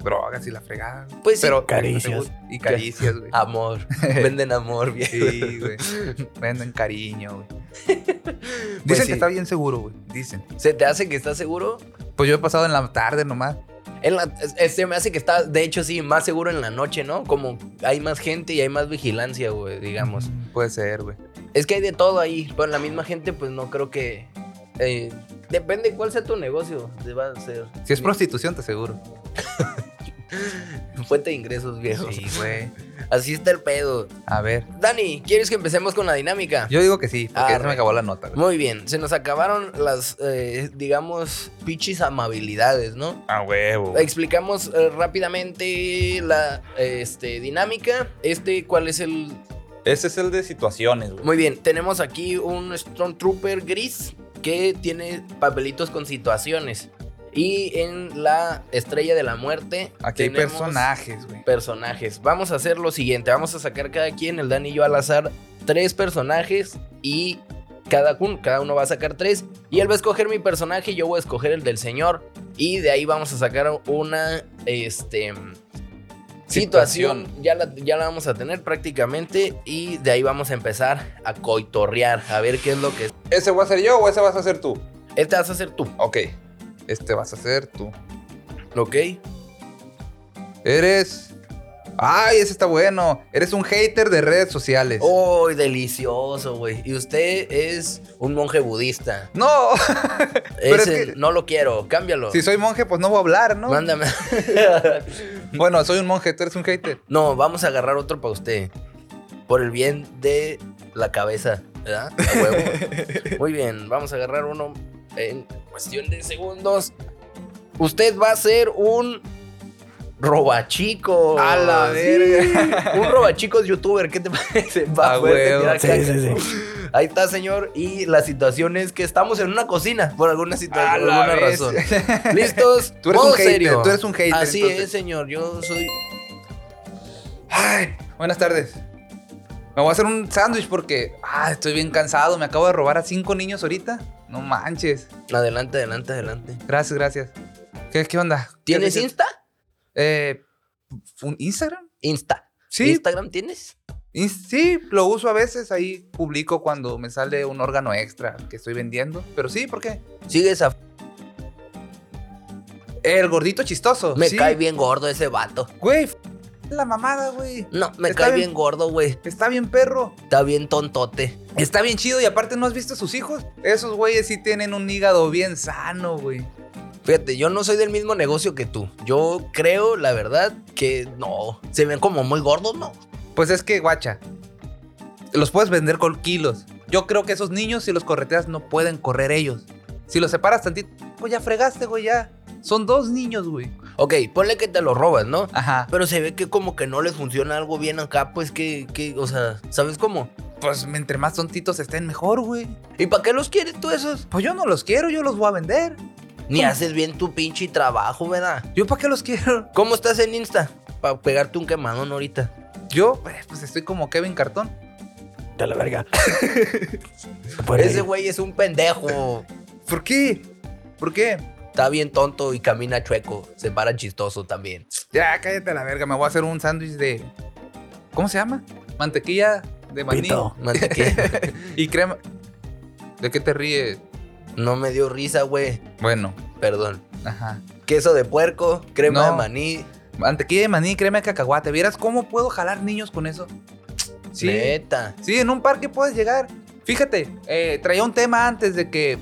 S2: drogas y la fregada. güey.
S1: Pues sí.
S2: Pero-
S3: Caricias.
S2: Y caricias, güey.
S1: Amor. Venden amor, viejo.
S2: Sí, güey. Venden cariño, güey. Dicen
S1: Pues
S2: que
S1: sí.
S2: está bien seguro, güey. Dicen.
S1: ¿Se te hace que estás seguro?
S2: Pues yo he pasado en la tarde nomás.
S1: En la, es- es- se me hace que está, de hecho, sí, más seguro en la noche, ¿no? Como hay más gente y hay más vigilancia, güey, digamos.
S2: Puede ser, güey.
S1: Es que hay de todo ahí, pero la misma gente, pues no creo que. eh, depende cuál sea tu negocio, te va a ser.
S2: Si es prostitución, te aseguro.
S1: Fuente de ingresos, viejos.
S2: Sí, güey.
S1: Así está el pedo.
S2: A ver.
S1: Dani, ¿quieres que empecemos con la dinámica?
S2: Yo digo que sí, porque ya se
S1: Arre.
S2: me acabó la nota, güey.
S1: Muy bien, se nos acabaron las, eh, digamos, pichis amabilidades, ¿no?
S2: A Ah, huevo.
S1: Explicamos eh, rápidamente la este, dinámica. Este, ¿cuál es el...?
S4: Ese es el de situaciones, güey.
S1: Muy bien, tenemos aquí un Stormtrooper gris que tiene papelitos con situaciones. Y en la Estrella de la Muerte
S2: Aquí hay
S1: tenemos
S2: personajes, güey.
S1: personajes. Vamos a hacer lo siguiente, vamos a sacar cada quien, el Dan y yo al azar, tres personajes y cada, un- cada uno va a sacar tres. Y él va a escoger mi personaje y yo voy a escoger el del señor. Y de ahí vamos a sacar una este, situación.
S4: Situación.
S1: Ya, la, ya la vamos a tener prácticamente. Y de ahí vamos a empezar a coitorrear, a ver qué es lo que es.
S2: ¿Ese voy a ser yo o ese vas a ser tú?
S1: Este vas a hacer tú,
S2: Ok. Este vas a ser tú.
S1: ¿ok?
S2: Eres. Ay, ese está bueno. Eres un hater de redes sociales.
S1: ¡Uy, delicioso, güey! Y usted es un monje budista.
S2: No. Pero
S1: Ese
S2: es que-
S1: no lo quiero, cámbialo.
S2: si soy monje, pues no voy a hablar, ¿no?
S1: Mándame.
S2: Bueno, soy un monje, tú eres un hater.
S1: No, vamos a agarrar otro para usted. Por el bien de la cabeza, ¿verdad? A huevo. Muy bien, vamos a agarrar uno en cuestión de segundos. Usted va a ser un robachico.
S2: A la
S1: Sí,
S2: verga.
S1: Un robachico youtuber, ¿qué te parece? Va
S2: A
S1: fuerte,
S2: huevo.
S1: tira caca.
S3: Sí, sí, sí.
S1: Ahí está, señor. Y la situación es que estamos en una cocina por alguna, situa-
S2: A la
S1: alguna
S2: vez.
S1: Ah, razón. ¿Listos?
S2: Tú eres
S1: Modo
S2: un hater,
S1: serio.
S2: tú eres un hater,
S1: Así
S2: entonces.
S1: es, señor. Yo soy
S2: Ay, buenas tardes. Me voy a hacer un sándwich porque ah, estoy bien cansado. Me acabo de robar a cinco niños ahorita. No manches.
S1: Adelante, adelante, adelante.
S2: Gracias, gracias. ¿Qué, qué onda? ¿Qué
S1: ¿Tienes
S2: haces?
S1: Insta?
S2: Eh, ¿Un Instagram?
S1: Insta.
S2: Sí,
S1: ¿Instagram tienes?
S2: in- sí, lo uso a veces. Ahí publico cuando me sale un órgano extra que estoy vendiendo. Pero sí, ¿por qué?
S1: Sigues a...
S2: El gordito chistoso.
S1: Me
S2: sí.
S1: cae bien gordo ese vato.
S2: Güey, f- la mamada, güey.
S1: No, me
S2: Está
S1: cae bien,
S2: bien-
S1: gordo, güey.
S2: Está bien perro.
S1: Está bien tontote.
S2: Está bien chido y aparte no has visto a sus hijos. Esos güeyes sí tienen un hígado bien sano, güey.
S1: Fíjate, yo no soy del mismo negocio que tú. Yo creo, la verdad, que no. Se ven como muy gordos, ¿no?
S2: Pues es que, guacha, los puedes vender con kilos. Yo creo que esos niños, si los correteas, no pueden correr ellos. Si los separas tantito, pues ya fregaste, güey, ya. Son dos niños, güey.
S1: Ok, ponle que te lo robas, ¿no?
S2: Ajá.
S1: Pero se ve que como que no les funciona algo bien acá, pues que, que o sea, ¿sabes cómo?
S2: Pues entre más tontitos estén, mejor, güey.
S1: ¿Y para qué los quieres tú esos?
S2: Pues yo no los quiero, yo los voy a vender.
S1: Ni
S2: ¿Cómo?
S1: haces bien tu pinche trabajo, ¿verdad?
S2: ¿Yo para qué los quiero?
S1: ¿Cómo estás en Insta? Para pegarte un quemadón ahorita.
S2: Yo, eh, pues estoy como Kevin Cartón.
S3: De la verga. Por ahí.
S1: Ese güey es un pendejo.
S2: ¿Por qué? ¿Por qué?
S1: Está bien tonto y camina chueco. Se para chistoso también.
S2: Ya, cállate a la verga, me voy a hacer un sándwich de. ¿Cómo se llama? Mantequilla de maní
S3: Pito.
S1: Mantequilla.
S2: y crema. ¿De qué te ríes?
S1: no me dio risa, güey.
S2: Bueno,
S1: Perdón.
S2: ajá.
S1: Queso de puerco, crema
S2: No.
S1: de maní.
S2: Mantequilla de maní, crema de cacahuate. ¿Vieras cómo puedo jalar niños con eso? Sí.
S1: Neta.
S2: Sí, en un parque puedes llegar. Fíjate, eh, traía un tema antes de que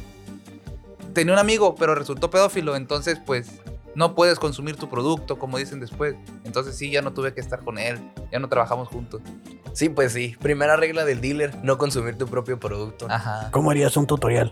S2: tenía un amigo, pero resultó pedófilo, entonces pues no puedes consumir tu producto, como dicen después. Entonces sí, ya no tuve que estar con él, ya no trabajamos juntos.
S1: Sí, pues sí. Primera regla del dealer, no consumir tu propio producto.
S2: Ajá.
S3: ¿Cómo harías un tutorial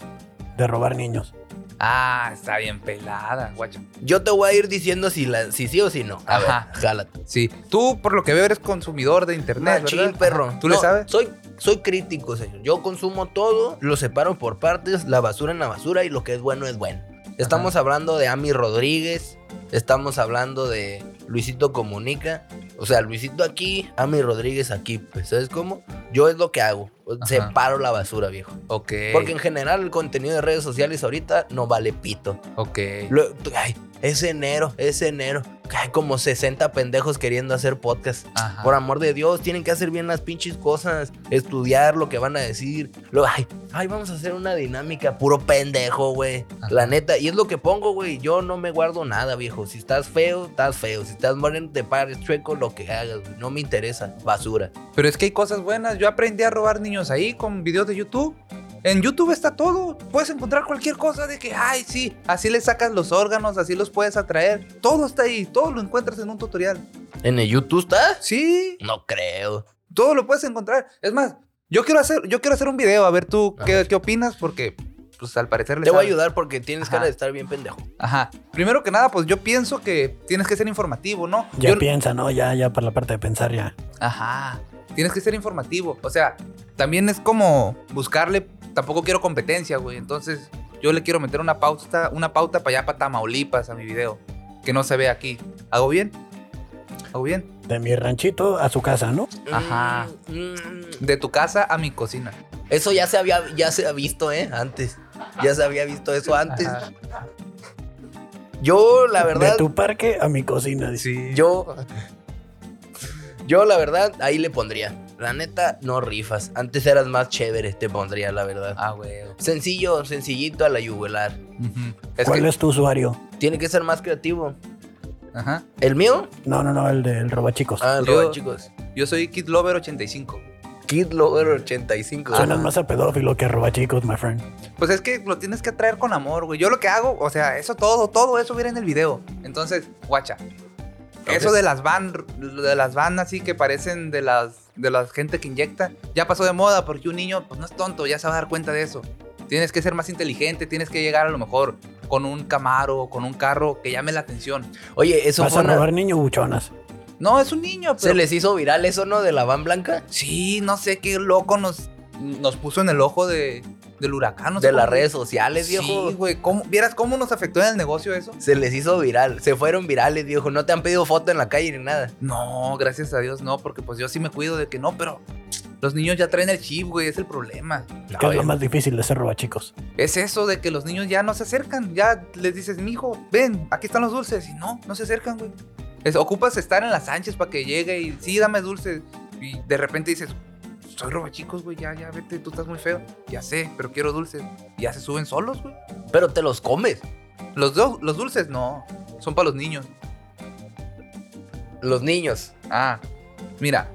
S3: de robar niños?
S2: Ah, está bien pelada, guacho.
S1: Yo te voy a ir diciendo si, la, si sí o si no. A
S2: Ajá.
S1: ver, jálate.
S2: Sí, tú por lo que veo eres consumidor de internet,
S1: Machín,
S2: ¿verdad?
S1: perro.
S2: Ajá. ¿Tú
S1: No,
S2: le sabes?
S1: Soy, soy crítico, señor. Yo consumo todo, lo separo por partes, la basura en la basura y lo que es bueno es bueno. Estamos hablando de Ami Rodríguez, estamos hablando de Luisito Comunica. O sea, Luisito aquí, Ami Rodríguez aquí, pues, ¿sabes cómo? Yo es lo que hago, separo la basura, viejo.
S2: Ok.
S1: Porque en general el contenido de redes sociales ahorita no vale pito.
S2: Ok.
S1: Lo- tú- ay, es enero, es enero. hay como 60 pendejos queriendo hacer podcast.
S2: Ajá.
S1: Por amor de Dios, tienen que hacer bien las pinches cosas, estudiar lo que van a decir. Luego, ay, ay, vamos a hacer una dinámica, puro pendejo, güey.
S2: Ajá.
S1: La neta, y es lo que pongo, güey. Yo no me guardo nada, viejo. Si estás feo, estás feo. Si estás moreno, te pares chueco, lo que hagas, güey. No me interesa, basura.
S2: Pero es que hay cosas buenas. Yo aprendí a robar niños ahí con videos de YouTube. En YouTube está todo. Puedes encontrar cualquier cosa de que, ay, sí, así le sacas los órganos, así los puedes atraer. Todo está ahí, todo lo encuentras en un tutorial.
S1: ¿En el YouTube estás?
S2: Sí,
S1: No creo.
S2: todo lo puedes encontrar. Es más, yo quiero hacer, yo quiero hacer un video, a ver tú
S1: A
S2: qué, qué opinas, porque pues al parecer le
S1: Te voy a
S2: sabes.
S1: ayudar porque tienes
S2: Ajá.
S1: cara de estar bien pendejo.
S2: Ajá. Primero que nada, pues yo pienso que tienes que ser informativo, ¿no?
S3: Ya
S2: Yo-
S3: piensa, ¿no? Ya, ya para la parte de pensar, ya.
S2: Ajá. Tienes que ser informativo. O sea, también es como buscarle. Tampoco quiero competencia, güey. Entonces, yo le quiero meter una pauta, una pauta para allá, para Tamaulipas, a mi video. Que no se ve aquí. ¿Hago bien? ¿Hago bien?
S3: De mi ranchito a su casa, ¿no?
S2: Ajá.
S1: Mm, mm.
S2: De tu casa a mi cocina.
S1: Eso ya se había ya se ha visto, ¿eh? Antes. Ya se había visto eso antes.
S2: Ajá.
S1: Yo, la verdad,
S3: De tu parque a mi cocina. dice.
S2: Sí.
S1: yo. Yo, la verdad, ahí le pondría. La neta, no rifas. Antes eras más chévere, te pondría, la verdad.
S2: Ah, güey. Ujú.
S1: Sencillo, sencillito a la yugular.
S2: Es
S3: ¿Cuál
S2: que-
S3: es tu usuario?
S1: Tiene que ser más creativo.
S2: Ajá.
S1: ¿El mío?
S3: No, no, no, el del robachicos.
S1: Ah, el
S2: Yo-
S1: roba, chicos.
S2: Yo soy Kid Lover 85.
S1: Kid Lover 85.
S3: Suenas más a pedófilo que a robachicos, my friend.
S2: Pues es que lo tienes que atraer con amor, güey. Yo lo que hago, o sea, eso todo, todo eso viene en el video. Entonces, guacha. Eso
S1: Ok.
S2: de las van, de las van así que parecen de las, de la gente que inyecta, ya pasó de moda porque un niño, pues no es tonto, ya se va a dar cuenta de eso. Tienes que ser más inteligente, tienes que llegar a lo mejor con un camaro, o con un carro que llame la atención.
S1: Oye, eso
S3: Vas
S1: fue
S3: a
S1: una- Ah,
S3: robar niño buchonas.
S2: No, es un niño, pero
S1: ¿Se les hizo viral eso, no? De la van blanca.
S2: sí, no sé qué loco nos, nos puso en el ojo de, del huracán. no sé
S1: de las
S2: cómo-
S1: redes sociales, viejo.
S2: Sí, güey, ¿cómo- ¿vieras cómo nos afectó en el negocio eso?
S1: Se les hizo viral, se fueron virales, viejo. No te han pedido foto en la calle ni nada.
S2: No, gracias a Dios no, porque pues yo sí me cuido de que no, pero los niños ya traen el chip, güey, es el problema.
S3: Que es
S1: No,
S3: lo más difícil de ser robachicos.
S2: Es eso de que los niños ya no se acercan, ya les dices, mijo, ven, aquí están los dulces, y no, no se acercan, güey. Es- ocupas estar en las Sánchez para que llegue y sí, dame dulces, y de repente dices, soy roba chicos, güey, ya, ya, vete, tú estás muy feo, ya sé, pero quiero dulces, Y ya se suben solos, güey.
S1: Pero te los comes.
S2: Los, do- los dulces no, son para los niños.
S1: Los niños.
S2: Ah, mira,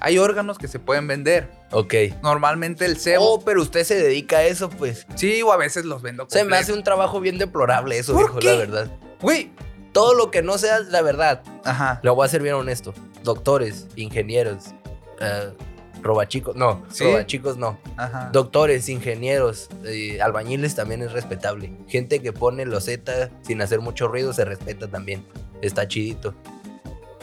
S2: hay órganos que se pueden vender.
S1: Ok.
S2: Normalmente el cebo.
S1: Oh, pero usted se dedica a eso, pues.
S2: Sí, o a veces los vendo
S1: Se me
S2: completos.
S1: hace un trabajo bien deplorable eso,
S2: ¿Por
S1: viejo,
S2: qué?
S1: la verdad.
S2: Güey.
S1: Todo lo que no sea la verdad,
S2: Ajá.
S1: lo voy a hacer bien honesto. Doctores, ingenieros, eh, robachicos, no,
S2: ¿Sí?
S1: robachicos no.
S2: Ajá.
S1: Doctores, ingenieros, eh, albañiles también es respetable. Gente que pone loseta sin hacer mucho ruido se respeta también. Está chidito.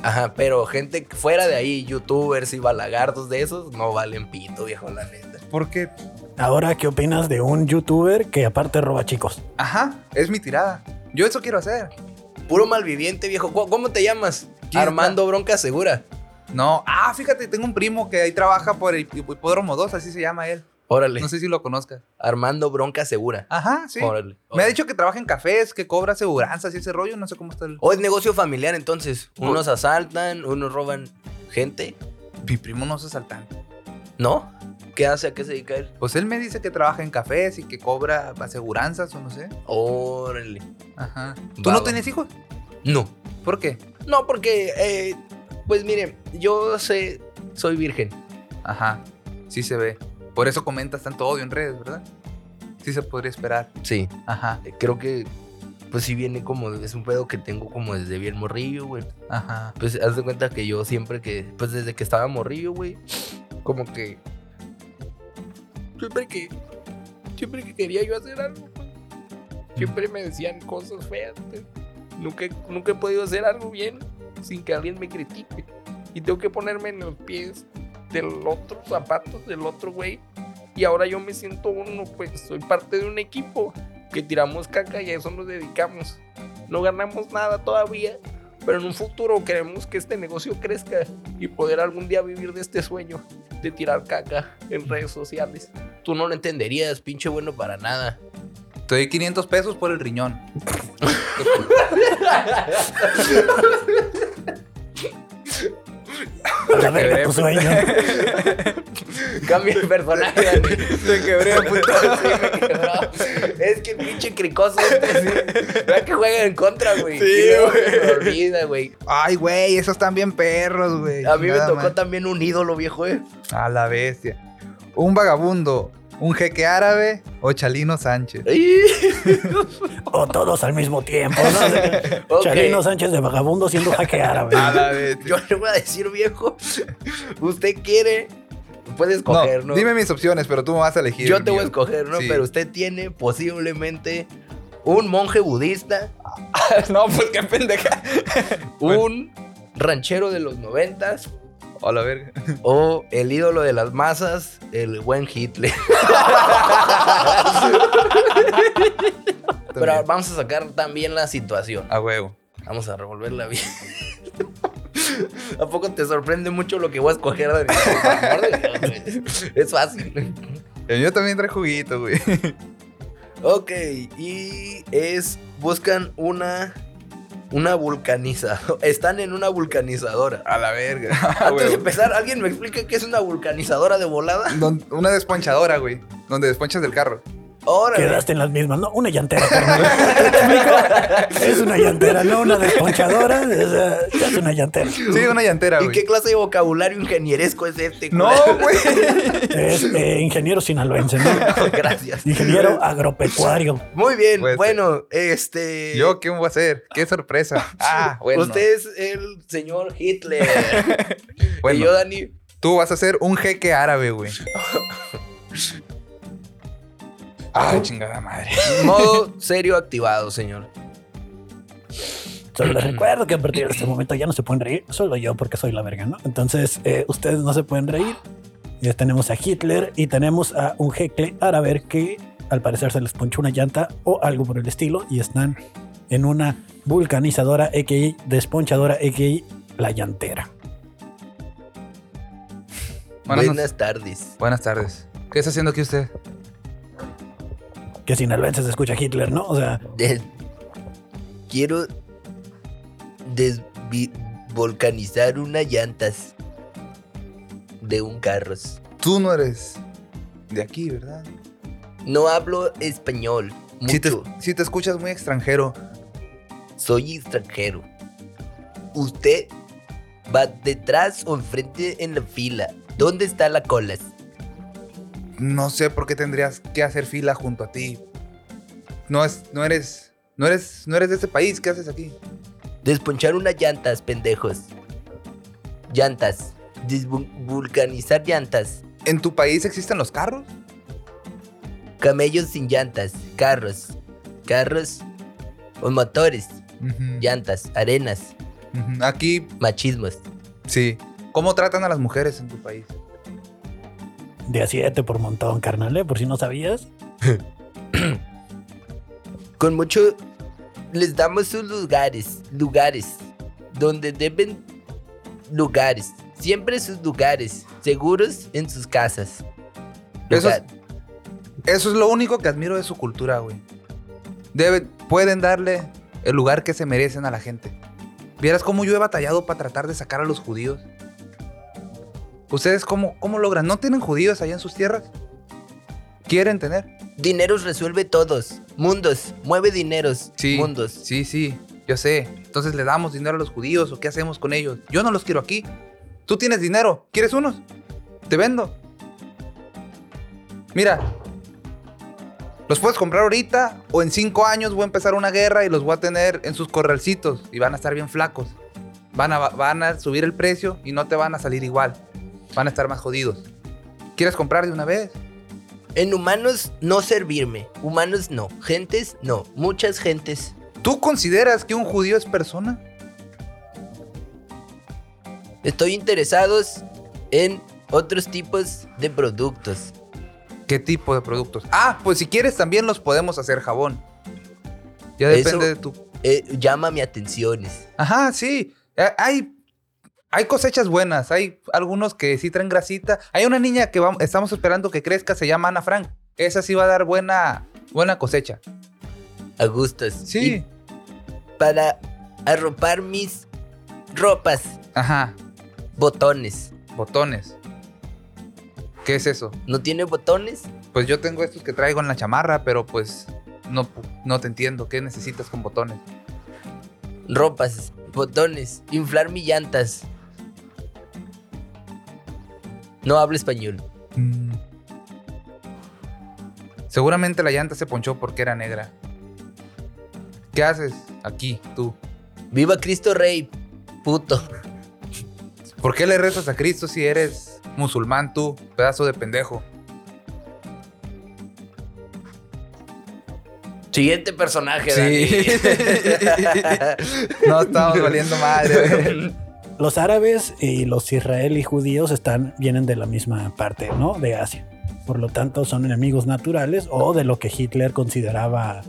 S1: Ajá, pero gente que fuera de ahí, youtubers y balagardos de esos, no valen pito, viejo, la neta.
S2: ¿Por qué?
S3: Ahora, ¿qué opinas de un youtuber que aparte roba chicos?
S2: Ajá, es mi tirada. Yo eso quiero hacer.
S1: Puro malviviente, viejo. ¿Cu- ¿Cómo te llamas?
S2: ¿Quién
S1: Armando Bronca Segura.
S2: No. Ah, fíjate, tengo un primo que ahí trabaja por el Hipódromo 2, así se llama él.
S1: Órale.
S2: No sé si lo conozcas.
S1: Armando Bronca Segura.
S2: Ajá, sí.
S1: Órale.
S2: Me ha dicho que trabaja en cafés, que cobra aseguranzas y ese rollo, no sé cómo está el...
S1: O es negocio familiar entonces. Unos asaltan, unos roban gente.
S2: Mi primo no es asaltante.
S1: ¿No? ¿Qué hace? ¿A qué se dedica él?
S2: Pues él me dice que trabaja en cafés y que cobra aseguranzas o no sé.
S1: Órale.
S2: Ajá. ¿Tú
S1: Va,
S2: no
S1: va.
S2: tienes hijos?
S1: No.
S2: ¿Por qué?
S1: No, porque, eh, pues miren, yo sé, soy virgen.
S2: Ajá, sí se ve. Por eso comentas tanto odio en redes, ¿verdad? Sí se podría esperar.
S1: Sí.
S2: Ajá,
S1: Creo que, pues sí viene como, es un pedo que tengo como desde bien morrillo, güey.
S2: ajá.
S1: Pues haz de cuenta que yo siempre que, pues desde que estaba morrillo, güey, como que... Siempre que, siempre que quería yo hacer algo, pues, siempre me decían cosas feas. pues. Nunca, nunca he podido hacer algo bien sin que alguien me critique. Y tengo que ponerme en los pies del otro, zapatos del otro güey. Y ahora yo me siento uno, pues soy parte de un equipo que tiramos caca y a eso nos dedicamos. No ganamos nada todavía, pero en un futuro queremos que este negocio crezca y poder algún día vivir de este sueño de tirar caca en redes sociales. Tú no lo entenderías, pinche bueno para nada.
S2: Te doy 500 pesos por el riñón. Exacto. pues.
S3: A la verga tu sueño.
S1: Cambia el personaje, Dani.
S2: Te quebré, puta.
S1: Sí, me quebró. Es que el pinche cricoso. este, sí. Vea que juega en contra, güey.
S4: Sí,
S1: Y luego se
S4: güey.
S1: me olvida, güey.
S2: Ay, güey, esos están bien perros, güey.
S1: A mí me
S2: Nada
S1: tocó
S2: más.
S1: también un ídolo viejo, eh.
S2: A la bestia. Un vagabundo, un jeque árabe o Chalino Sánchez.
S3: O todos al mismo tiempo. ¿no? O sea,
S1: Ok. Ah,
S3: Chalino Sánchez de vagabundo siendo jaque árabe.
S2: A la bestia.
S1: Yo le voy a decir, viejo. Usted quiere. Puede escoger, ¿no?
S2: Dime mis opciones, pero tú me vas a elegir.
S1: Yo
S2: el
S1: te voy a
S2: mío.
S1: escoger, ¿no?
S2: Sí.
S1: Pero usted tiene posiblemente un monje budista,
S4: no, pues qué pendeja.
S2: Bueno.
S1: un ranchero de los noventas
S2: A la verga.
S1: o el ídolo de las masas, el buen Hitler. Pero
S2: También.
S1: vamos a sacar también la situación.
S2: A huevo.
S1: Vamos a revolverla bien. ¿A poco te sorprende mucho lo que voy a escoger? Dani? es fácil.
S2: El mío también trae juguito, güey.
S1: Ok, y es. Buscan una. Una vulcanizadora. Están en una vulcanizadora.
S2: A la verga. A
S1: Antes de
S2: Ah, huevo.
S1: empezar, ¿alguien me explica qué es una vulcanizadora de volada?
S2: Don- una desponchadora, güey. Donde desponchas del carro.
S1: Órale.
S3: Quedaste en las mismas, ¿no? Una llantera, carnal. ¿Te explico? Es una llantera, no una desponchadora. o sea, Es una llantera.
S2: Sí, una llantera,
S1: ¿Y
S2: güey.
S1: qué clase de vocabulario ingenieresco es este?
S2: No,
S1: culero?
S2: güey.
S3: Es eh, ingeniero sinaloense, ¿no?
S1: Gracias.
S3: Ingeniero agropecuario.
S1: Muy bien,
S2: Pues,
S1: bueno, este.
S2: Yo, ¿qué me voy a hacer? Qué sorpresa. Ah, bueno.
S1: Usted es el señor Hitler.
S2: Bueno.
S1: Y yo, Dani.
S2: Tú vas a ser un jeque árabe, güey. Ah, chingada madre.
S1: Modo serio activado, señor.
S3: Solo les recuerdo que a partir de este momento ya no se pueden reír, solo yo porque soy la verga, ¿no? Entonces, eh, ustedes no se pueden reír. Ya tenemos a Hitler y tenemos a un jeque árabe que al parecer se les ponchó una llanta o algo por el estilo y están en una vulcanizadora, a.k.a. desponchadora, a.k.a. la llantera.
S2: Buenas,
S1: Buenas tardes.
S2: buenas tardes. ¿Qué está haciendo aquí usted?
S3: Que sinaloense se escucha Hitler, ¿no? O sea,
S1: Des- Quiero desvi- volcanizar unas llantas de un carro.
S2: Tú no eres de aquí, ¿verdad?
S1: No hablo español mucho.
S2: Si te, sí te escuchas muy extranjero.
S1: Soy extranjero. Usted va detrás o enfrente en la fila. ¿Dónde está la cola?
S2: No sé por qué tendrías que hacer fila junto a ti. No es, no eres, no eres, no eres de este país. ¿Qué haces aquí?
S1: Desponchar unas llantas, pendejos. Llantas. Desvulcanizar llantas.
S2: ¿En tu país existen los carros?
S1: Camellos sin llantas. Carros. Carros con motores.
S2: Ujú,
S1: Llantas. Arenas.
S2: ujú. Aquí,
S1: Machismos.
S2: sí. ¿Cómo tratan a las mujeres en tu país?
S3: de a siete por montón, carnal, ¿eh? Por si no sabías.
S1: Con mucho... Les damos sus lugares. Lugares. Donde deben... Lugares. Siempre sus lugares. Seguros en sus casas.
S2: Eso es-
S1: Lugar-
S2: Eso es lo único que admiro de su cultura, güey. Debe- pueden darle el lugar que se merecen a la gente. Vieras cómo yo he batallado para tratar de sacar a los judíos. ¿Ustedes cómo, cómo logran? ¿No tienen judíos allá en sus tierras? ¿Quieren tener?
S1: Dineros resuelve todos. Mundos. Mueve dineros. Mundos.
S2: Sí, sí, yo sé. Entonces le damos dinero a los judíos o qué hacemos con ellos. Yo no los quiero aquí. Tú tienes dinero. ¿Quieres unos? Te vendo. Mira. Los puedes comprar ahorita o en cinco años voy a empezar una guerra y los voy a tener en sus corralcitos y van a estar bien flacos. Van a, van a subir el precio y no te van a salir igual. Van a estar más jodidos. ¿Quieres comprar de una vez?
S1: En humanos no servirme. Humanos no. Gentes no. Muchas gentes.
S2: ¿Tú consideras que un judío es persona?
S1: Estoy interesados en otros tipos de productos.
S2: ¿Qué tipo de productos? Ah, pues si quieres también los podemos hacer jabón. Ya
S1: Eso-
S2: depende de tu...
S1: Eh, llama mi atención.
S2: Ajá, sí. Eh, Hay, hay cosechas buenas. Hay algunos que sí traen grasita. Hay una niña que vam- estamos esperando que crezca. Se llama Ana Frank. Esa sí va a dar buena, buena cosecha.
S1: A gustos.
S2: Sí.
S1: Y para arropar mis ropas,
S2: Ajá,
S1: botones.
S2: botones. ¿Qué es eso?
S1: ¿No tiene botones?
S2: Pues yo tengo estos que traigo en la chamarra, pero pues no, no te entiendo. ¿Qué necesitas con botones?
S1: Ropas, botones, inflar mis llantas. No hablo español.
S2: Mm. Seguramente la llanta se ponchó porque era negra. ¿Qué haces aquí, tú?
S1: Viva Cristo Rey, puto.
S2: ¿Por qué le rezas a Cristo si eres musulmán tú, pedazo de pendejo?
S1: Siguiente personaje,
S2: No estamos valiendo madre.
S3: Los árabes y los israelí judíos están, vienen de la misma parte, ¿no? De Asia. Por lo tanto, son enemigos naturales o de lo que Hitler consideraba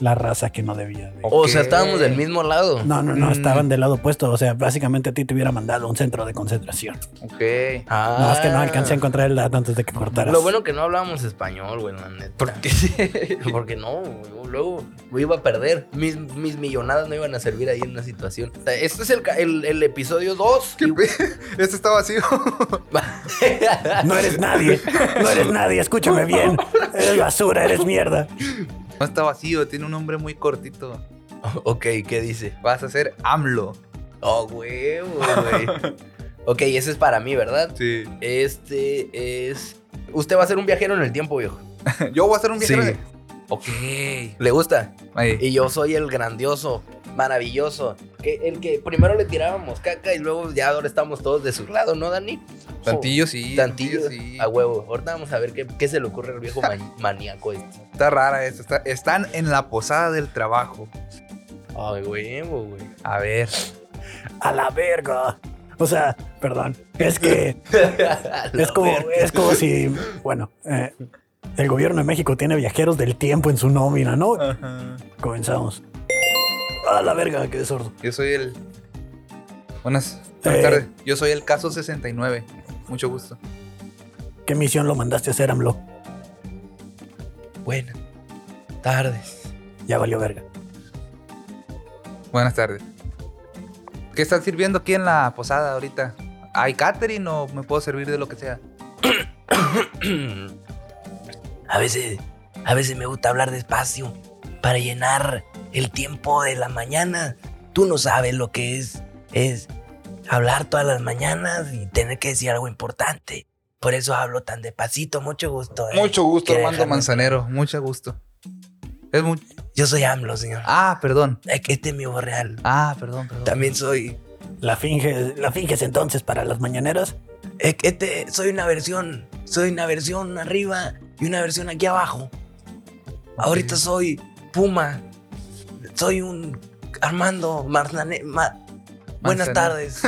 S3: la raza que no debía. de-
S1: O sea,
S2: Ok.
S1: estábamos del mismo lado.
S3: No, no, no,
S2: Mm.
S3: estaban del lado opuesto. O sea, básicamente a ti te hubiera mandado a un centro de concentración.
S2: ok.
S1: Ah.
S3: No, es que no alcancé a encontrar el dato antes de que cortaras.
S1: Lo bueno que no hablábamos español, güey, la neta.
S2: Porque
S1: Porque no, yo luego me iba a perder. Mis, mis millonadas no iban a servir ahí en una situación. O sea, Este es el, ca- el- el episodio 2.
S2: este está vacío.
S3: No eres nadie, no eres nadie, escúchame bien. Eres basura, eres mierda.
S2: No está vacío, tiene un nombre muy cortito.
S1: ok, ¿qué dice?
S2: Vas a ser AMLO.
S1: Oh, huevo, güey. ok, ese es para mí, ¿verdad?
S2: Sí.
S1: Este es. Usted va a ser un viajero en el tiempo, viejo.
S2: Yo voy a hacer un viajero.
S1: Sí.
S2: de- Ok.
S1: ¿Le gusta?
S2: Ahí.
S1: Y yo soy el grandioso, maravilloso. Que, el que primero le tirábamos caca y luego ya ahora estamos todos de su lado, ¿no, Dani?
S2: Tantillo sí.
S1: Tantillo,
S2: sí.
S1: a huevo. Ahorita vamos a ver qué, qué se le ocurre al viejo mani- maníaco este.
S2: Está rara esta. está- están en la posada del trabajo.
S1: Ay, huevo, güey.
S2: A ver.
S3: A la verga. O sea, perdón. Es que es
S1: La
S3: como,
S1: verga.
S3: es como si, bueno, eh, el gobierno de México tiene viajeros del tiempo en su nómina, ¿no?
S2: Ajá.
S3: Comenzamos. A la verga, qué sordo.
S2: Yo soy el. Buenas, buenas
S3: Eh.
S2: tardes. Yo soy el caso 69. Mucho gusto.
S3: ¿Qué misión lo mandaste a hacer, AMLO?
S1: Buenas tardes.
S3: Ya valió verga.
S2: Buenas tardes. ¿Qué están sirviendo aquí en la posada ahorita? ¿Hay catering o me puedo servir de lo que sea?
S1: A veces, a veces me gusta hablar despacio para llenar el tiempo de la mañana. Tú no sabes lo que es, es hablar todas las mañanas y tener que decir algo importante. Por eso hablo tan despacito, mucho gusto. ¿eh?
S2: Mucho gusto,
S1: Quiero
S2: Armando
S1: dejarme-
S2: Manzanero. Mucho gusto. Es mu-
S1: Yo soy AMLO, señor.
S2: Ah, perdón.
S1: Es que este es mi voz real.
S2: Ah, perdón, perdón.
S1: También soy.
S3: ¿La finges, la finges entonces para las mañaneras?
S1: Es que este, soy una versión. Soy una versión arriba y una versión aquí abajo. Ahorita soy Puma. Soy un Armando Marnane- Ma- Buenas
S2: Manzanero.
S1: tardes.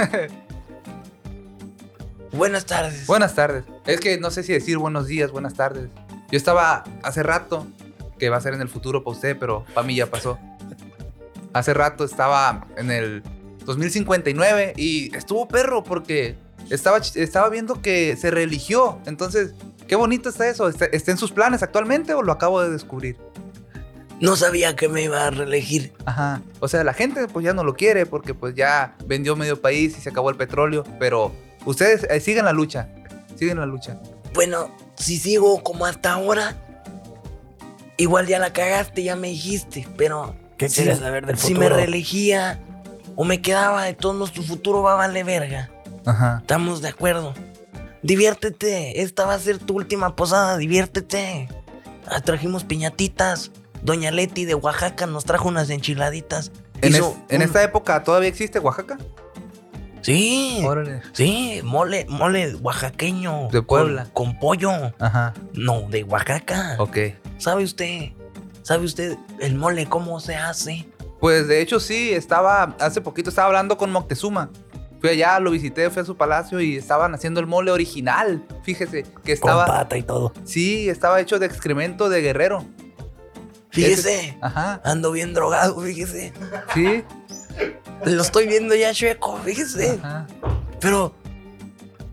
S1: Buenas tardes.
S2: Buenas tardes. Es que no sé si decir buenos días, buenas tardes. Yo estaba hace rato, que va a ser en el futuro para usted, pero para mí ya pasó. Hace rato estaba en el 2059 y estuvo perro porque estaba, ch- estaba viendo que se religió. Entonces, qué bonito está eso. ¿Está, está en sus planes actualmente o lo acabo de descubrir?
S1: No sabía que me iba a reelegir.
S2: Ajá. O sea, la gente pues ya no lo quiere porque pues ya vendió medio país y se acabó el petróleo. Pero ustedes eh, siguen la lucha. Siguen la lucha.
S1: Bueno, si sigo como hasta ahora, igual ya la cagaste, ya me dijiste, pero
S3: ¿Qué
S1: Sí,
S3: quieres saber del
S1: si
S3: futuro?
S1: me reelegía o me quedaba, de todos modos tu futuro va a valer verga.
S2: Ajá.
S1: Estamos de acuerdo. Diviértete, esta va a ser tu última posada, diviértete. Ah, trajimos piñatitas. Doña Leti de Oaxaca nos trajo unas enchiladitas.
S2: ¿En,
S1: Hizo
S2: es- en
S1: un-
S2: esta época todavía existe Oaxaca?
S1: Sí.
S2: Órale.
S1: Sí, mole, mole oaxaqueño.
S2: De
S1: con-
S2: Puebla.
S1: Con, pollo.
S2: Ajá.
S1: No, de Oaxaca.
S2: Ok.
S1: ¿Sabe usted? ¿Sabe usted el mole cómo se hace?
S2: Pues de hecho sí, estaba, hace poquito estaba hablando con Moctezuma. Fui allá, lo visité, fui a su palacio y estaban haciendo el mole original. Fíjese, que
S3: Con
S2: estaba,
S3: pata y todo.
S2: sí, estaba hecho de excremento de guerrero.
S1: Fíjese.
S2: Ajá,
S1: Ando bien drogado, fíjese.
S2: sí.
S1: Lo estoy viendo ya chueco, fíjese.
S2: Ajá.
S1: Pero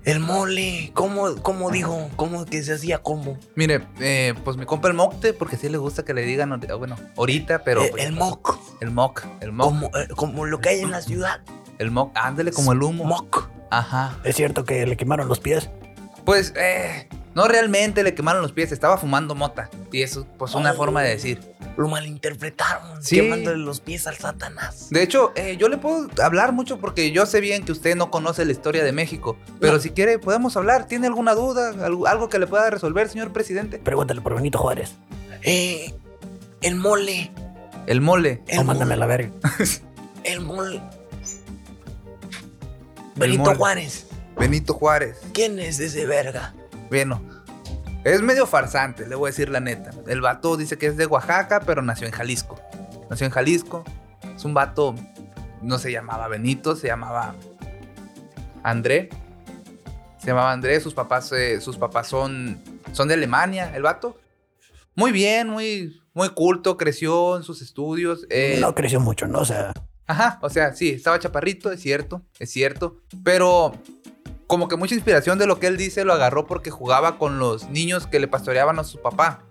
S1: el mole, ¿cómo, cómo dijo? ¿Cómo que se hacía? ¿Cómo?
S2: Mire, eh, pues me compra el mocte porque sí le gusta que le digan, ori- ah, bueno, ahorita, pero...
S1: Eh,
S2: pues,
S1: el moc.
S2: El mock, el mock,
S5: Como, eh, como lo que hay en la ciudad.
S2: el mock. Ándale como el humo.
S5: Moc.
S2: Ajá.
S3: Es cierto que le quemaron los pies.
S2: Pues, eh, no realmente le quemaron los pies, estaba fumando mota. Y eso, pues, una
S5: Oh.
S2: forma de decir.
S5: Lo malinterpretaron.
S2: Sí.
S5: Quemándole los pies al Satanás.
S2: De hecho, eh, yo le puedo hablar mucho porque yo sé bien que usted no conoce la historia de México. Pero si quiere, podemos hablar. ¿Tiene alguna duda? Algo, algo que le pueda resolver, señor presidente?
S3: Pregúntale por Benito Juárez.
S5: Eh, el mole.
S2: El mole.
S5: El
S3: o
S5: mole.
S3: mándame a la verga.
S5: El mole. Benito
S2: mole.
S5: Juárez.
S2: Benito Juárez.
S5: ¿Quién es ese verga?
S2: Bueno, es medio farsante, le voy a decir la neta. El vato dice que es de Oaxaca, pero nació en Jalisco. Nació en Jalisco. Es un vato, no se llamaba Benito, se llamaba André. Se llamaba André, sus papás, eh, sus papás son, son de Alemania, el vato. Muy bien, muy, muy culto, creció en sus estudios. eh,
S3: No creció mucho, ¿no? O sea,
S2: Ajá, o sea, sí, estaba chaparrito, es cierto, es cierto. Pero como que mucha inspiración de lo que él dice lo agarró porque jugaba con los niños que le pastoreaban a su papá.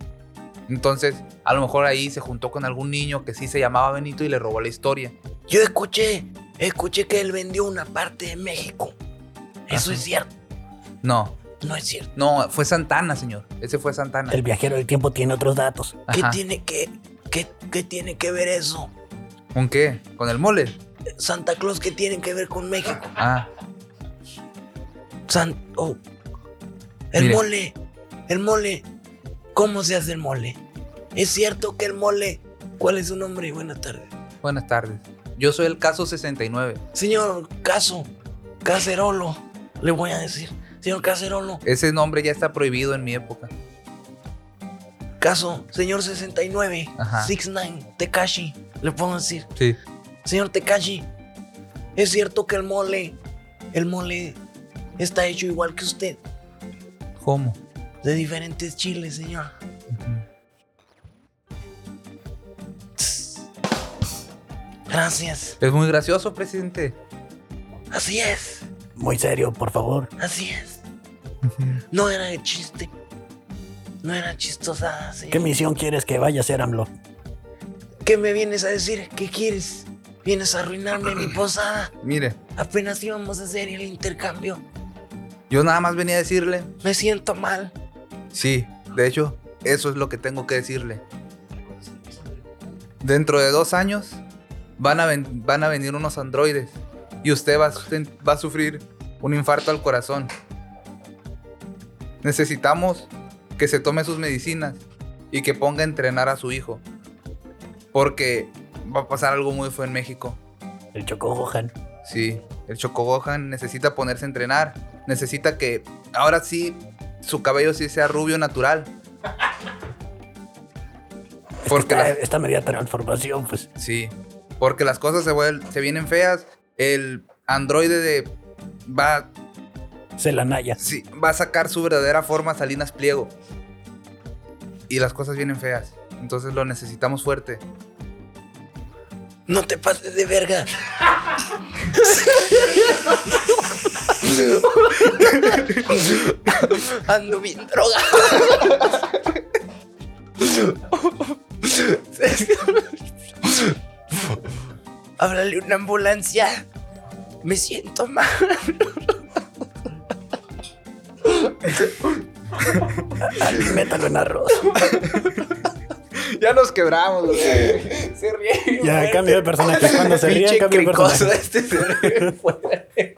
S2: Entonces, a lo mejor ahí se juntó con algún niño que sí se llamaba Benito y le robó la historia.
S5: Yo escuché, escuché que él vendió una parte de México. Eso
S2: Ajá.
S5: es cierto.
S2: No,
S5: No es cierto.
S2: no, fue Santana, señor. Ese fue Santana.
S3: el viajero del tiempo tiene otros datos.
S5: ¿Qué
S2: Ajá.
S5: tiene que, qué, qué tiene que ver eso?
S2: ¿Con qué? ¿Con el mole?
S5: Santa Claus, ¿qué tiene que ver con México?
S2: Ah,
S5: San, oh. El
S2: Mire.
S5: mole, el mole. ¿Cómo se hace el mole? Es cierto que el mole. ¿Cuál es su nombre? Buenas tardes.
S2: buenas tardes. Yo soy el caso 69.
S5: Señor Caso, Cacerolo, le voy a decir. Señor Cacerolo,
S2: Ese nombre ya está prohibido en mi época.
S5: Caso, señor 69,
S2: Ajá.
S5: 69, Tekashi, le puedo decir.
S2: Sí.
S5: Señor Tekashi, es cierto que el mole, el mole está hecho igual que usted,
S2: ¿Cómo?
S5: de diferentes chiles, señor. Tss. Gracias.
S2: Es muy gracioso, presidente.
S5: Así es,
S3: Muy serio, por favor.
S5: así es. No era de chiste. No era chistosada, señor.
S3: ¿Qué misión quieres que vaya a hacer AMLO?
S5: ¿Qué me vienes a decir? ¿Qué quieres? ¿Vienes a arruinarme mi posada?
S2: Mire,
S5: Apenas íbamos a hacer el intercambio.
S2: yo nada más venía a decirle
S5: Me siento mal.
S2: Sí, de hecho, eso es lo que tengo que decirle. Dentro de dos años van a, ven- van a venir unos androides y usted va a, su- va a sufrir un infarto al corazón. Necesitamos que se tome sus medicinas y que ponga a entrenar a su hijo. Porque va a pasar algo muy feo en México.
S3: El Chocó Gohan.
S2: Sí, el Chocobohan necesita ponerse a entrenar. Necesita que ahora sí su cabello sí sea rubio natural. Porque
S3: Esta,
S2: las,
S3: esta media transformación, pues.
S2: sí, porque las cosas se, vuel- se vienen feas. El androide de va,
S3: Se la naya.
S2: sí, va a sacar su verdadera forma Salinas Pliego. Y las cosas vienen feas. Entonces lo necesitamos fuerte.
S5: No te pases de verga. Ando bien droga. Háblale una ambulancia. Me siento mal.
S3: Métalo en arroz.
S2: Ya nos quebramos.
S6: Se ríe.
S3: Ya, cambio de personaje. Cuando se ríe,
S5: Pinche
S3: cambio de
S5: cricoso
S3: personaje.
S5: este se ríe fuerte.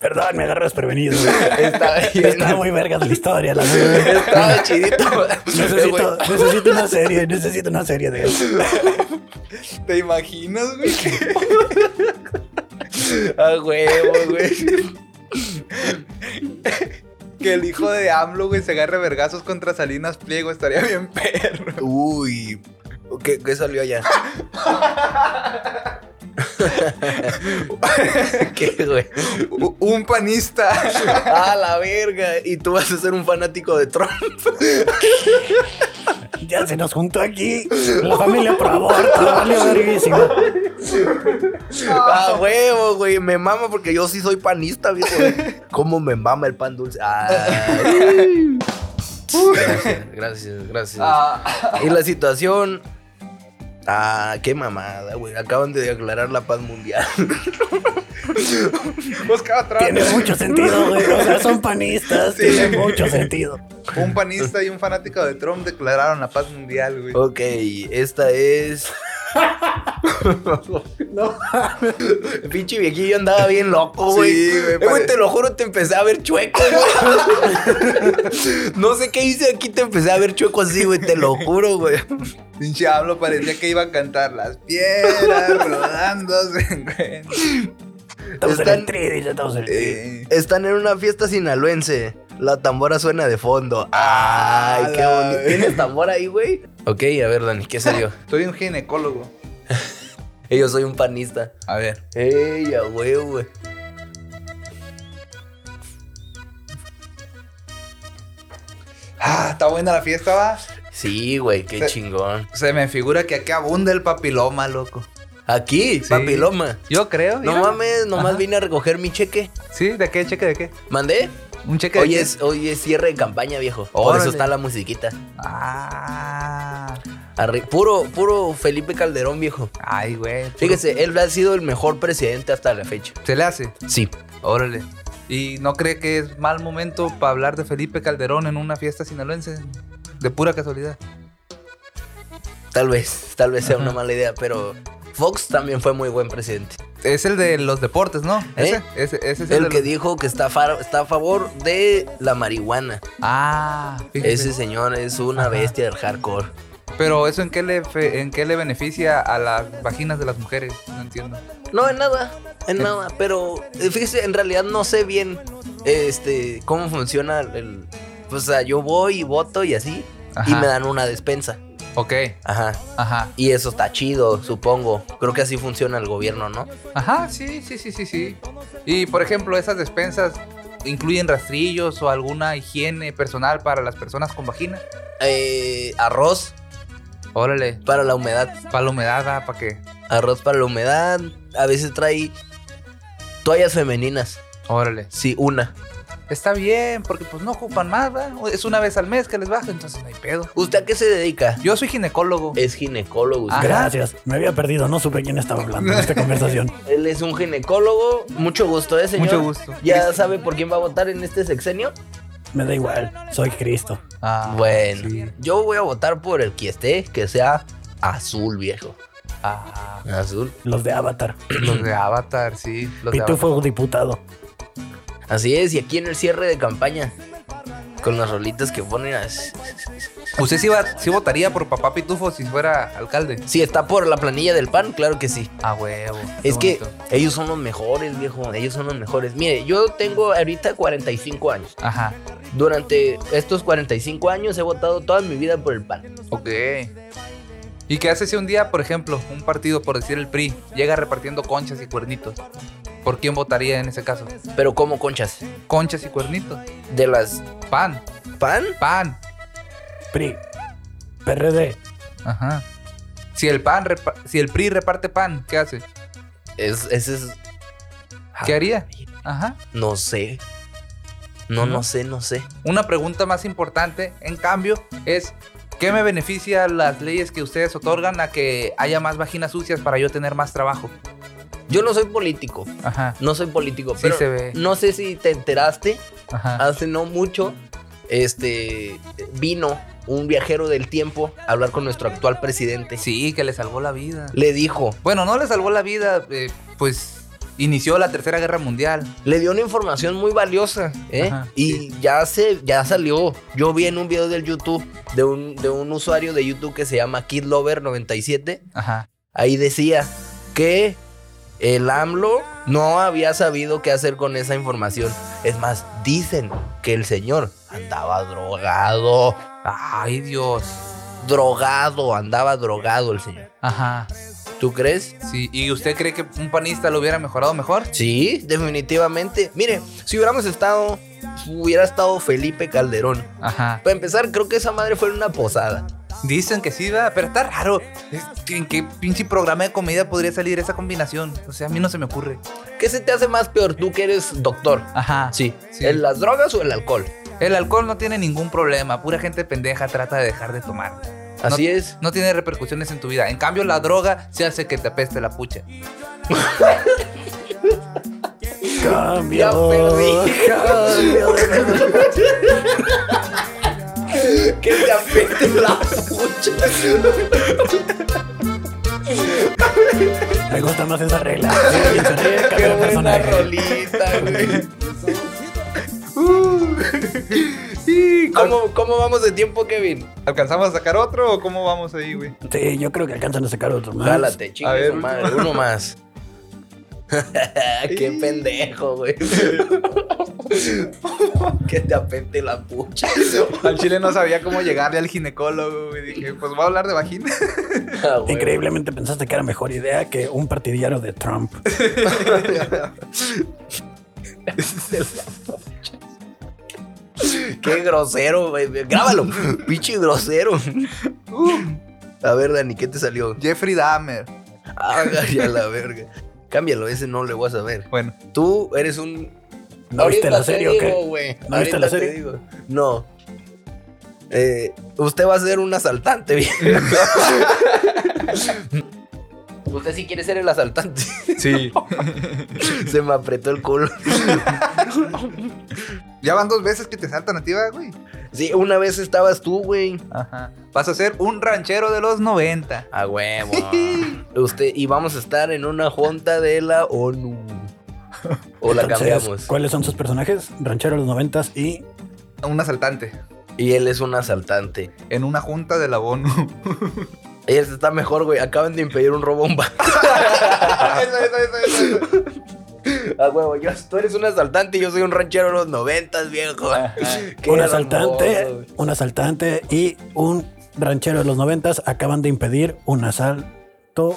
S3: Perdón, me agarras prevenido.
S5: Está bien.
S3: Está muy vergas la historia, la neta.
S5: Estaba chidito.
S3: Necesito, necesito una serie, necesito una serie de eso.
S2: ¿Te imaginas, güey?
S5: A huevo, güey.
S2: Que el hijo de AMLO, güey, se agarre vergazos contra Salinas Pliego, estaría bien perro.
S5: Uy. ¿Qué, qué salió allá? ¿Qué, güey?
S2: U- Un panista.
S5: A la verga. Y tú vas a ser un fanático de Trump.
S3: Ya se nos juntó aquí la familia por aborto, valió verguísima.
S5: A Ah, huevo, güey. Me mama porque yo sí soy panista, viejo. ¿Cómo me mama el pan dulce? Ah. Ay. Gracias, gracias, gracias.
S2: Ah,
S5: Y la situación
S1: Ah, qué mamada, güey. Acaban de declarar la paz mundial.
S2: Buscaba atrás.
S3: Tiene mucho sentido, güey. O sea, son panistas.
S2: Sí.
S3: Tiene mucho sentido.
S2: Un panista y un fanático de Trump declararon la paz mundial,
S5: Oh.
S2: güey.
S1: ok, esta es.
S3: No.
S1: El pinche viejillo andaba bien loco, güey.
S2: Sí, güey,
S1: Eh, güey,
S2: pare-
S1: te lo juro, te empecé a ver chueco, güey. no sé qué hice aquí, te empecé a ver chueco así, güey. Te lo juro, güey.
S2: Pinche hablo parecía que iba a cantar las piedras rodándose, güey.
S3: Estamos en
S1: Están-
S3: el tri, dice, estamos en el tri.
S2: Eh,
S1: Están en una fiesta sinaloense. La tambora suena de fondo. Ay,
S2: Ah,
S1: qué
S2: la
S1: bonito.
S2: vez.
S1: ¿Tienes tambora ahí, güey? Ok, a ver, Dani, ¿qué se dio?
S2: soy un ginecólogo.
S1: Eh, Yo soy un panista.
S2: A ver.
S1: Ey, a huevo, güey.
S2: Ah, está buena la fiesta, va.
S1: Sí, güey, qué
S2: Se-
S1: chingón.
S2: Se me figura que aquí abunda el papiloma, loco.
S1: Aquí,
S2: Sí.
S1: papiloma.
S2: Yo creo.
S1: No
S2: mira.
S1: mames, nomás
S2: Ajá.
S1: vine a recoger mi cheque.
S2: Sí, ¿de qué? ¿Cheque de qué?
S1: ¿Mandé?
S2: ¿Un cheque
S1: Hoy
S2: de
S1: es, hoy es cierre de campaña, viejo. Por
S2: Órale.
S1: eso está la musiquita.
S2: qué? Ah.
S1: Arri- puro, puro Felipe Calderón, viejo.
S2: Ay, güey.
S1: Fíjese, él ha sido el mejor presidente hasta la fecha.
S2: Se le hace.
S1: Sí.
S2: Órale. ¿Y no cree que es mal momento para hablar de Felipe Calderón en una fiesta sinaloense? De pura casualidad.
S1: Tal vez, tal vez sea
S2: Ajá.
S1: una mala idea, pero Fox también fue muy buen presidente.
S2: Es el de los deportes, ¿no?
S1: ¿Eh?
S2: Ese, ese, ese es el,
S1: El
S2: de
S1: que
S2: los-
S1: dijo que está, a fa- está a favor de la marihuana.
S2: Ah, fíjese.
S1: Ese señor es una bestia del hardcore.
S2: Pero eso en qué le fe- en qué le beneficia a las vaginas de las mujeres, no entiendo.
S1: No, en nada, en nada, pero eh, fíjese, en realidad no sé bien este cómo funciona el... pues, O sea, yo voy y voto y así, y
S2: Ajá.
S1: me dan una despensa.
S2: Ok,
S1: Ajá.
S2: ajá.
S1: Y eso está chido, supongo. Creo que así funciona el gobierno, ¿no?
S2: Ajá, sí, sí, sí, sí, sí. Y por ejemplo, esas despensas incluyen rastrillos o alguna higiene personal para las personas con vagina.
S1: Eh, arroz
S2: Órale,
S1: para la humedad.
S2: para la humedad, para que.
S1: Arroz para la humedad. A veces trae toallas femeninas.
S2: Órale.
S1: Sí, una.
S2: Está bien, porque pues no ocupan más, ¿verdad? Es una vez al mes que les baja, entonces no hay pedo.
S1: ¿Usted a qué se dedica?
S2: Yo soy ginecólogo.
S1: Es ginecólogo. usted.
S2: Ajá.
S3: Ah, Gracias. Me había perdido. No supe quién estaba hablando en esta conversación.
S1: Él es un ginecólogo. Mucho gusto, ¿eh, señor?
S2: Mucho gusto.
S1: ¿Ya sabe por quién va a votar en este sexenio?
S3: Me da igual. Soy Cristo.
S2: Ah,
S1: bueno,
S2: sí.
S1: yo voy a votar por el que esté, que sea azul, viejo.
S2: Ah,
S1: Azul.
S3: Los de Avatar.
S2: los de Avatar, sí. Los de Avatar.
S3: Pitufo diputado.
S1: Así es, y aquí en el cierre de campaña. Con las rolitas que ponen ah, as-
S2: ¿Usted Pues, sí, va- sí votaría por papá Pitufo si fuera alcalde?
S1: Sí, está por la planilla del PAN, claro que sí.
S2: A huevo.
S1: Es
S2: qué
S1: que
S2: bonito.
S1: ellos son los mejores, viejo. Ellos son los mejores. Mire, yo tengo ahorita 45 años.
S2: Ajá.
S1: Durante estos 45 años he votado toda mi vida por el PAN.
S2: Ok. ¿Y qué hace si un día, por ejemplo, un partido, por decir el PRI, llega repartiendo conchas y cuernitos? ¿Por quién votaría en ese caso?
S1: Pero como conchas.
S2: Conchas y cuernitos.
S1: De las
S2: Pan,
S1: PAN,
S2: pan.
S3: PRI. PRD.
S2: Ajá. Si el pan, repa- si el PRI reparte pan, ¿qué hace?
S1: es, ese es...
S2: ¿Qué haría? Ajá.
S1: No sé. No,
S2: ¿No?
S1: no sé, no sé.
S2: Una pregunta más importante, en cambio, es ¿qué me beneficia las leyes que ustedes otorgan a que haya más vaginas sucias para yo tener más trabajo?
S1: Yo no soy político.
S2: Ajá.
S1: No soy político,
S2: Sí
S1: pero
S2: se ve.
S1: no sé si te enteraste.
S2: Ajá.
S1: Hace no mucho, este, vino un viajero del tiempo a hablar con nuestro actual presidente.
S2: Sí, que le salvó la vida.
S1: Le dijo,
S2: Bueno, no le salvó la vida, eh, pues inició la Tercera Guerra Mundial.
S1: le dio una información muy valiosa, ¿eh?
S2: Ajá.
S1: Y ya se, ya salió. Yo vi en un video del YouTube de un, de un usuario de YouTube que se llama KidLover97.
S2: Ajá.
S1: Ahí decía que el AMLO no había sabido qué hacer con esa información. Es más, dicen que el señor andaba drogado.
S2: Ay, Dios.
S1: Drogado, andaba drogado el señor.
S2: Ajá.
S1: ¿Tú crees?
S2: Sí, ¿y usted cree que un panista lo hubiera mejorado mejor?
S1: Sí, definitivamente. Mire, si hubiéramos estado, hubiera estado Felipe Calderón.
S2: Ajá.
S1: Para empezar, creo que esa madre fue en una posada.
S2: Dicen que sí, ¿verdad? pero está raro. Es que ¿En qué pinche programa de comida podría salir esa combinación? O sea, a mí no se me ocurre.
S1: ¿Qué se te hace más peor tú que eres doctor?
S2: Ajá.
S1: Sí.
S2: Sí.
S1: ¿En las drogas o el alcohol?
S2: El alcohol no tiene ningún problema. Pura gente pendeja trata de dejar de tomar.
S1: Así es.
S2: No tiene repercusiones en tu vida. En cambio, la droga se hace que te apeste la pucha.
S3: Cambio.
S1: Ya perdí.
S3: Cambio de
S1: Que te afecte la pucha.
S3: Me gusta más esa regla. Sí, bien, sí,
S1: Qué
S3: cambio de
S1: buena
S3: personaje.
S1: rolita, güey. Uh. Sí, ¿Cómo, ¿Cómo vamos de tiempo, Kevin?
S2: ¿Alcanzamos a sacar otro o cómo vamos ahí, güey?
S3: Sí, yo creo que alcanzan a sacar otro más.
S1: Gálate,
S2: A
S1: chingue
S2: ver,
S1: su madre. Uno más. Qué pendejo, güey. que te apete la pucha.
S2: Al chile no sabía cómo llegarle al ginecólogo, güey. Dije, pues voy a hablar de vagina.
S1: Ah, güey.
S3: Increíblemente pensaste que era mejor idea que un partidario de Trump.
S1: Qué grosero, güey. Grábalo. Pinche grosero. A ver, Dani, ¿qué te salió?
S2: Jeffrey Dahmer.
S1: Ah, ya la verga. Cámbialo, ese no le voy a saber.
S2: Bueno,
S1: Tú eres un.
S3: ¿No viste la serie o
S1: te digo,
S3: qué?
S1: güey.
S3: ¿No viste
S1: Ahorita
S3: la
S1: te
S3: serie?
S1: digo. No. Eh, usted va a ser un asaltante, bien. usted sí quiere ser el asaltante.
S2: sí.
S1: Se me apretó el culo.
S2: Ya van dos veces que te saltan a ti, ¿verdad, güey.
S1: Sí, una vez estabas tú, güey.
S2: Ajá. Vas a ser un ranchero de los 90.
S1: A huevo. Usted, y vamos a estar en una junta de la ONU. O la
S3: Entonces,
S1: cambiamos.
S3: ¿Cuáles son sus personajes? Ranchero de los noventas y
S2: Un asaltante.
S1: Y él es un asaltante.
S2: En una junta del abono.
S1: Él está mejor, güey. Acaban de impedir un robo a un banco.
S2: eso, eso, eso, eso.
S1: A huevo, yo, tú eres un asaltante y yo soy un ranchero de los noventas, viejo. Qué
S3: un
S1: hermoso,
S3: asaltante,
S1: güey.
S3: un asaltante y un ranchero de los noventas acaban de impedir un asalto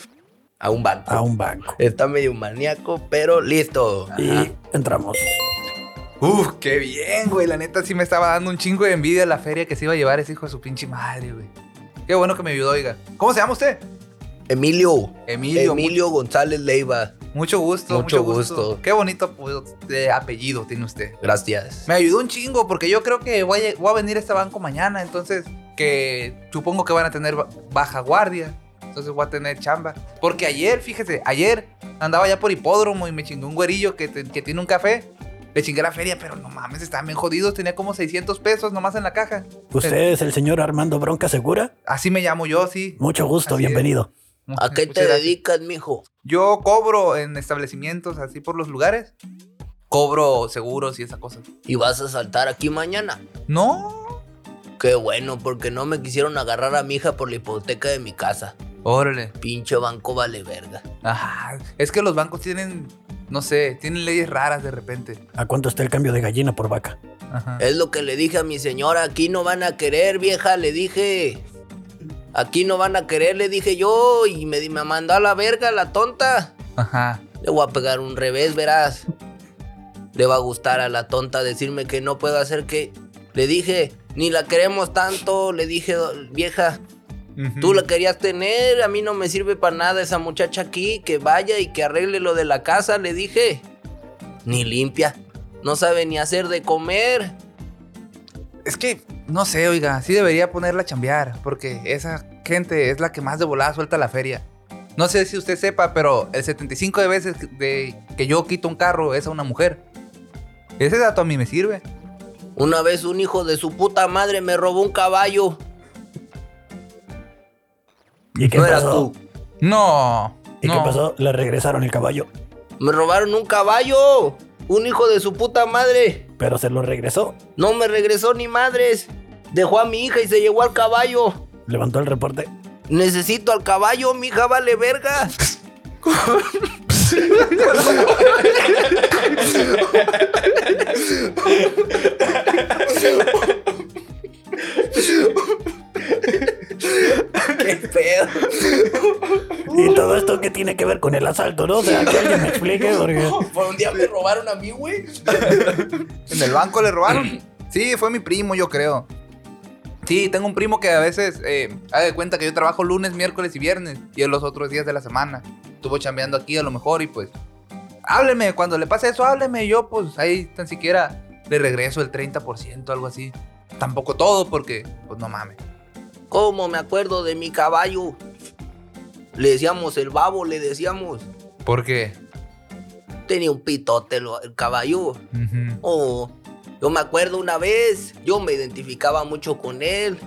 S1: A un banco.
S3: a un banco.
S1: Está medio maníaco, pero listo.
S3: Y entramos.
S2: Uf, qué bien, güey. La neta sí me estaba dando un chingo de envidia la feria que se iba a llevar ese hijo de su pinche madre, güey. Qué bueno que me ayudó, oiga. ¿Cómo se llama usted?
S1: Emilio.
S2: Emilio.
S1: Emilio, González Leiva.
S2: mu- Mucho gusto, mucho,
S1: Mucho
S2: gusto.
S1: gusto.
S2: Qué bonito pues, de apellido tiene usted.
S1: Gracias.
S2: Me ayudó un chingo porque yo creo que voy a, voy a venir a este banco mañana, entonces que supongo que van a tener ba- baja guardia. Entonces voy a tener chamba. Porque ayer, fíjese, ayer andaba ya por hipódromo y me chingó un güerillo que, te- que tiene un café. Le chingué la feria, pero no mames, estaban bien jodidos. Tenía como 600 pesos nomás en la caja.
S3: Usted es el señor Armando Bronca Segura.
S2: Así me llamo yo, sí.
S3: Mucho gusto,
S2: Así es.
S3: bienvenido.
S1: ¿A
S3: pues
S1: qué
S2: Muchas
S1: te
S2: gracias.
S1: dedicas, mijo?
S2: Yo cobro en establecimientos, así por los lugares. Cobro seguros y esas cosas.
S1: ¿Y vas a saltar aquí mañana?
S2: No.
S1: Qué bueno, porque no me quisieron agarrar a mi hija por la hipoteca de mi casa.
S2: Órale.
S1: Pinche banco vale verga.
S2: Ajá. Es que los bancos tienen, no sé, tienen leyes raras de repente.
S3: ¿A cuánto está el cambio de gallina por vaca?
S2: Ajá.
S1: Es lo que le dije a mi señora, aquí no van a querer, vieja, le dije. Aquí no van a querer, le dije yo, y me, me mandó a la verga la tonta.
S2: Ajá.
S1: Le voy a pegar un revés, verás. Le va a gustar a la tonta decirme que no puedo hacer que... Le dije, ni la queremos tanto, le dije, vieja, tú la querías tener, a mí no me sirve para nada esa muchacha aquí, que vaya y que arregle lo de la casa, le dije. Ni limpia, no sabe ni hacer de comer.
S2: Es que, no sé, oiga, sí debería ponerla a chambear, porque esa gente es la que más de volada suelta la feria. No sé si usted sepa, pero el 75 de veces que- de que yo quito un carro es a una mujer. Ese dato a mí me sirve.
S1: Una vez un hijo de su puta madre me robó un caballo.
S3: ¿Y qué
S1: No eras
S3: pasó?
S1: tú.
S2: No.
S3: ¿Y
S2: no.
S3: qué pasó? Le regresaron el caballo,
S1: Me robaron un caballo. Un hijo de su puta madre.
S3: pero se lo regresó.
S1: No me regresó ni madres. Dejó a mi hija y se llevó al caballo.
S3: Levantó el reporte.
S1: Necesito al caballo, mi hija vale verga. Qué pedo.
S3: Y todo esto que tiene que ver con el asalto, ¿no? O sea, que alguien me explique porque...
S1: Por un día me robaron a mí, güey.
S2: ¿En el banco le robaron? sí, fue mi primo, yo creo. Sí, tengo un primo que a veces eh, haga de cuenta que yo trabajo lunes, miércoles y viernes y en los otros días de la semana. Estuvo chambeando aquí a lo mejor y pues. Hábleme, cuando le pase eso, hábleme. Yo, pues ahí tan siquiera le regreso el 30%, algo así. Tampoco todo, porque, pues no mames.
S5: ¿Cómo me acuerdo de mi caballo? Le decíamos el babo, le decíamos.
S2: Porque.
S5: Tenía un pitote lo- el caballo.
S2: ujú,
S5: Oh, yo me acuerdo una vez, yo me identificaba mucho con él,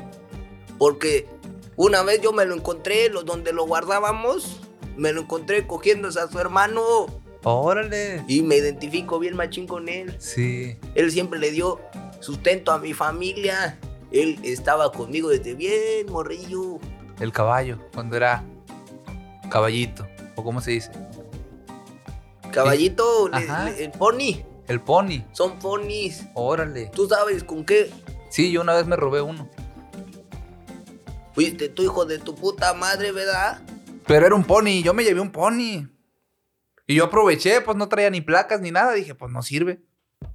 S5: porque una vez yo me lo encontré lo- donde lo guardábamos, me lo encontré cogiéndose a su hermano
S2: Órale.
S5: y me identifico bien machín con él.
S2: Sí.
S5: Él siempre le dio sustento a mi familia. Él estaba conmigo desde bien, morrillo.
S2: El caballo, cuando era caballito, o cómo se dice,
S5: Caballito, le-
S2: Ajá.
S5: le- el pony,
S2: el pony.
S5: son ponies.
S2: Órale.
S5: ¿Tú sabes con qué?
S2: Sí, yo una vez me robé uno.
S5: Fuiste tu hijo de tu puta madre, ¿verdad?
S2: Pero era un pony, yo me llevé un pony. Y yo aproveché, pues no traía ni placas ni nada. Dije, pues no sirve.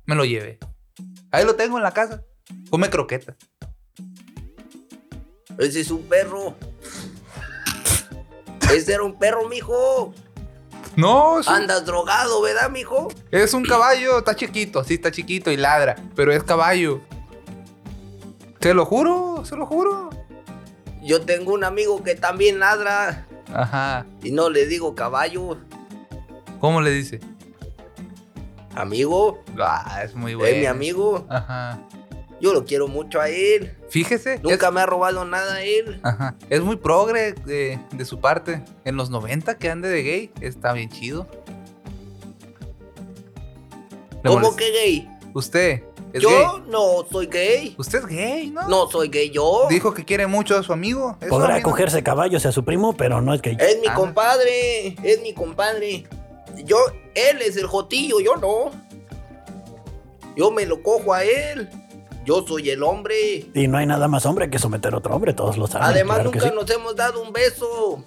S2: Me lo llevé. Ahí lo tengo en la casa. Come croqueta.
S5: Ese es un perro. Ese era un perro, mijo.
S2: No, es un,
S5: Andas drogado, ¿verdad, mijo?
S2: es un caballo. Está chiquito, sí, está chiquito y ladra. Pero es caballo. Se lo juro, se lo juro.
S5: Yo tengo un amigo que también ladra
S2: Ajá.
S5: y no le digo caballo.
S2: ¿Cómo le dice?
S5: Amigo,
S2: Ah, es muy bueno.
S5: es mi amigo.
S2: Ajá.
S5: Yo lo quiero mucho a él.
S2: Fíjese. es-
S5: Nunca me ha robado nada a él.
S2: Ajá. Es muy progre de, de su parte. En los 90 que ande de gay, está bien chido. Le
S5: ¿Cómo
S2: molest-
S5: que gay?
S2: Usted es
S5: Yo
S2: gay.
S5: no soy gay.
S2: Usted es gay, ¿no?
S5: No soy gay yo.
S2: Dijo que quiere mucho a su amigo. Eso a
S3: Podrá
S2: mí no-
S3: cogerse caballos y a su primo, pero no es
S1: Eh.
S3: que
S5: Es mi
S2: Ah.
S5: compadre. Es mi compadre. Yo, él es el jotillo, yo no. Yo me lo cojo a él. Yo soy el hombre.
S3: Y no hay nada más hombre que someter a otro hombre, todos lo saben.
S5: Además,
S3: Ah, claro que
S5: nunca
S3: sí.
S5: nos hemos dado un beso.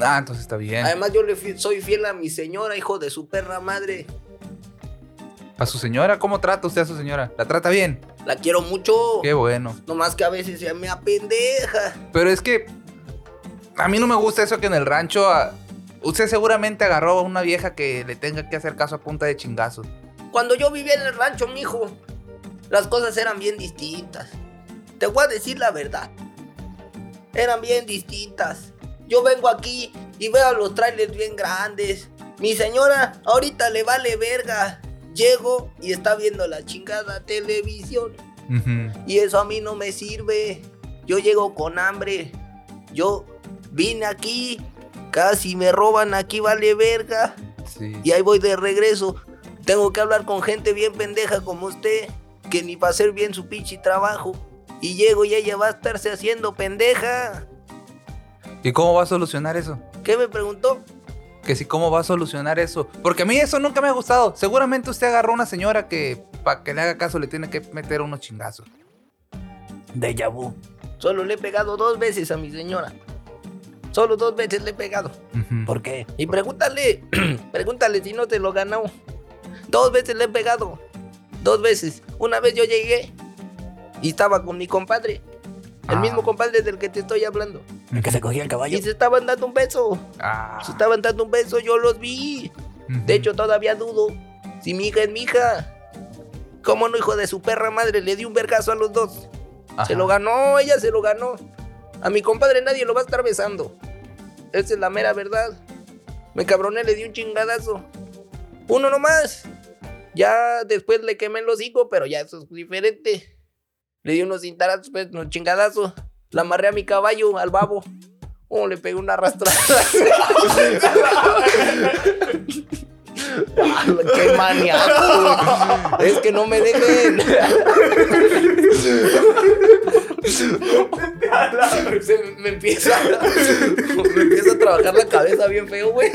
S2: Ah, entonces está bien.
S5: Además, yo le fui- soy fiel a mi señora, hijo de su perra madre.
S2: A su señora, ¿cómo trata usted a su señora? ¿La trata bien?
S5: La quiero mucho.
S2: Qué bueno.
S5: Nomás que a veces se me apendeja.
S2: Pero es que a mí no me gusta eso que en el rancho ah, usted seguramente agarró a una vieja que le tenga que hacer caso a punta de chingazos.
S5: Cuando yo vivía en el rancho, mijo, las cosas eran bien distintas. Te voy a decir la verdad. Eran bien distintas. Yo vengo aquí y veo los trailers bien grandes. Mi señora ahorita le vale verga. Llego y está viendo la chingada televisión.
S2: Ujú.
S5: Y eso a mí no me sirve. Yo llego con hambre. Yo vine aquí. Casi me roban aquí, vale verga.
S2: Sí.
S5: Y ahí voy de regreso. Tengo que hablar con gente bien pendeja como usted. Que ni va a hacer bien su pinche trabajo. Y llego y ella va a estarse haciendo pendeja.
S2: ¿Y cómo va a solucionar eso?
S5: ¿Qué me preguntó?
S2: que si cómo va a solucionar eso. Porque a mí eso nunca me ha gustado. Seguramente usted agarró una señora que para que le haga caso le tiene que meter unos chingazos.
S3: Déjà vu.
S5: Solo le he pegado dos veces a mi señora. Solo dos veces le he pegado.
S3: ¿Por qué?
S5: Y pregúntale, pregúntale si no te lo ganó. Dos veces le he pegado. Dos veces. Una vez yo llegué y estaba con mi compadre. El
S2: Ah.
S5: mismo compadre del que te estoy hablando.
S3: El que se cogía el caballo.
S5: Y se estaban dando un beso.
S2: Ah.
S5: Se estaban dando un beso, yo los vi. De hecho, todavía dudo si mi hija es mi hija. ¿Cómo no, hijo de su perra madre? Le di un vergazo a los dos.
S2: Ajá.
S5: Se lo ganó, ella se lo ganó. A mi compadre nadie lo va a estar besando. Esa es la mera verdad. Me cabroné, le di un chingadazo. Uno nomás. Ya después le quemé el hocico, pero ya eso es diferente. Le di unos cintarazos, pues, unos chingadazos. La amarré a mi caballo, al babo. Oh, le pegué una arrastrada. Ah, ¡Qué maniaco! Es que no me dejen. Se me- me empieza, me empieza a trabajar la cabeza bien feo, güey.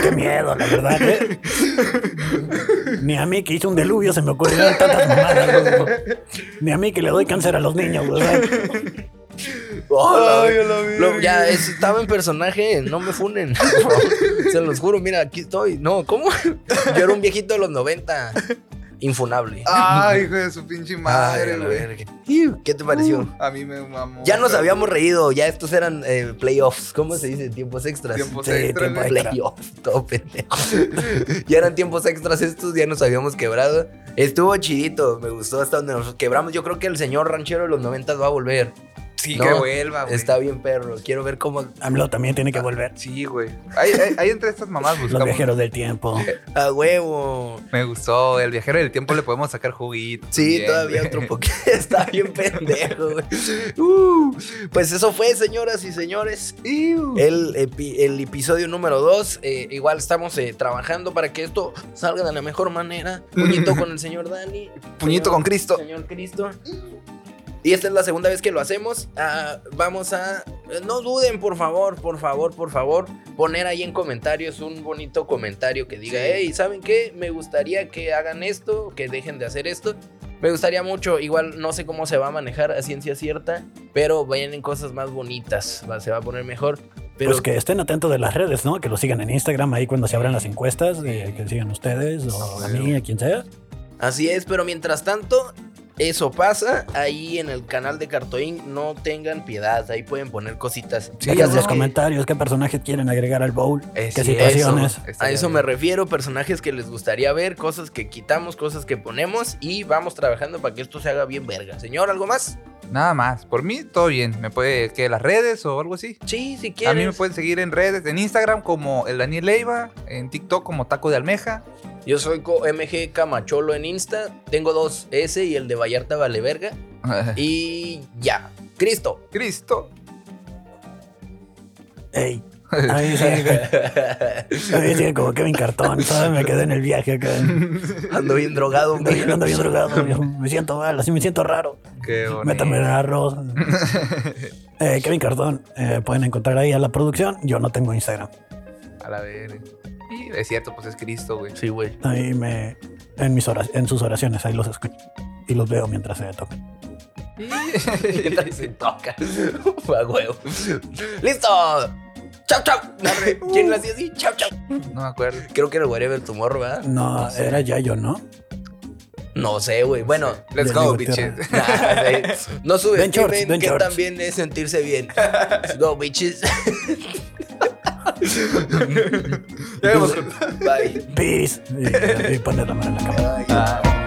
S3: Qué miedo, la verdad, ¿eh? Ni a mí que hice un deluvio se me ocurrieron tantas mamadas, güey. Ni a mí que le doy cáncer a los niños, ¿verdad?
S5: Oh, la
S2: Ay,
S5: ver-
S2: a la verga.
S5: Luego, ya, es- estaba en personaje, no me funen. Se los juro, mira, aquí estoy. No, ¿cómo? Yo era un viejito de los 90. Infunable.
S2: Ay, hijo de su pinche
S5: Ay,
S2: Ah, madre,
S5: a la
S2: güey. Uh,
S5: verga. ¿Qué te pareció?
S2: A mí me mamó.
S5: Ya nos habíamos reído, ya estos eran eh, playoffs. ¿Cómo se dice? Tiempos extras.
S2: Tiempos
S3: Sí,
S2: extras,
S3: tiempo
S2: güey.
S3: extra.
S5: Playoffs, todo pendejo. ya eran tiempos extras estos, ya nos habíamos quebrado. Estuvo chidito, me gustó hasta donde nos quebramos. Yo creo que el señor ranchero de los 90 va a volver.
S2: Sí,
S1: No,
S2: que vuelva, Ah, güey.
S1: Está bien, perro. Quiero ver cómo.
S3: AMLO también tiene que volver.
S2: Sí, güey. Ahí, ahí- ahí entre estas mamás
S3: Los
S2: buscamos.
S3: viajeros del tiempo.
S1: A huevo.
S2: Me gustó. El viajero del tiempo le podemos sacar juguito.
S1: Sí,
S2: bien,
S1: todavía
S2: güey.
S1: otro poquito. Está bien pendejo, güey. Uh, pues eso fue, señoras y señores.
S2: Iu.
S1: El, epi- el episodio número 2. igual estamos eh, trabajando para que esto salga de la mejor manera. Puñito con el señor Dani.
S2: Puñito
S1: Señor-
S2: con Cristo.
S1: Señor Cristo. Y esta es la segunda vez que lo hacemos. Ah, vamos a. eh, No duden, por favor, por favor, por favor. Poner ahí en comentarios un bonito comentario que diga:
S2: Sí.
S1: Hey, ¿saben qué? Me gustaría que hagan esto, que dejen de hacer esto. Me gustaría mucho. Igual no sé cómo se va a manejar a ciencia cierta, pero vayan en cosas más bonitas. va- se va a poner mejor. Pero
S3: Pues que estén atentos de las redes, ¿no? Que lo sigan en Instagram, ahí cuando se abran las encuestas, eh, que sigan ustedes o a mí, a quien sea.
S1: Así es, pero mientras tanto, eso pasa. Ahí en el canal de Cartoon no tengan piedad. Ahí pueden poner cositas.
S2: Sí,
S3: Dejen
S1: Ya
S3: en
S1: sea
S3: los
S1: que-
S3: comentarios qué personajes quieren agregar al bowl,
S2: Eh,
S3: qué
S2: sí,
S3: situaciones.
S2: eso,
S1: a
S2: estaría
S1: eso me
S2: bien.
S1: refiero, personajes que les gustaría ver, cosas que quitamos, cosas que ponemos y vamos trabajando para que esto se haga bien verga. Señor, ¿algo más?
S2: Nada más. Por mí, todo bien. Me puede que las redes o algo así.
S1: Sí, si
S2: A
S1: quieres.
S2: mí me pueden seguir en redes, en Instagram como el Daniel Leiva, en TikTok como Taco de Almeja.
S1: Yo soy co- MG Camacholo en Insta. Tengo dos, ese y el de Vallarta Vale Verga. Y ya. Cristo.
S2: Cristo.
S3: Ey, ahí sigue, ahí sigue como Kevin Cartón, ¿sabes? Me quedé en el viaje acá.
S1: Ando bien drogado.
S3: Ando
S1: güey.
S3: bien, ando bien drogado, viejo. me siento mal, así me siento raro.
S2: Qué bonito.
S3: Métame en arroz. Eh, Kevin Cartón, eh, pueden encontrar ahí a la producción. Yo no tengo Instagram.
S2: A la ver. Y es cierto, pues es Cristo, güey.
S1: Sí, güey.
S3: Ahí me. En, mis horas, en sus oraciones, ahí los escucho. Y los veo mientras se tocan.
S1: Mientras se toca. A huevo. ¡Listo! ¡Chau, chau! ¿Quién lo hacía así? ¡Chau, chau!
S2: No me acuerdo.
S1: Creo que era Whatever Tomorrow, ¿verdad?
S2: Ah,
S3: No, era Yayo, ¿no?
S1: No sé, güey. Bueno,
S2: Let's
S3: De
S2: go,
S3: Inglaterra.
S2: bitches.
S1: nah, güey. no
S3: Ven shorts,
S1: subestimen
S3: ven
S1: que
S3: shorts.
S1: también es sentirse bien. Let's go, bitches.
S2: Ya vemos.
S1: Bye.
S3: Peace. Y, y poner la mano en la cámara.
S2: Ah.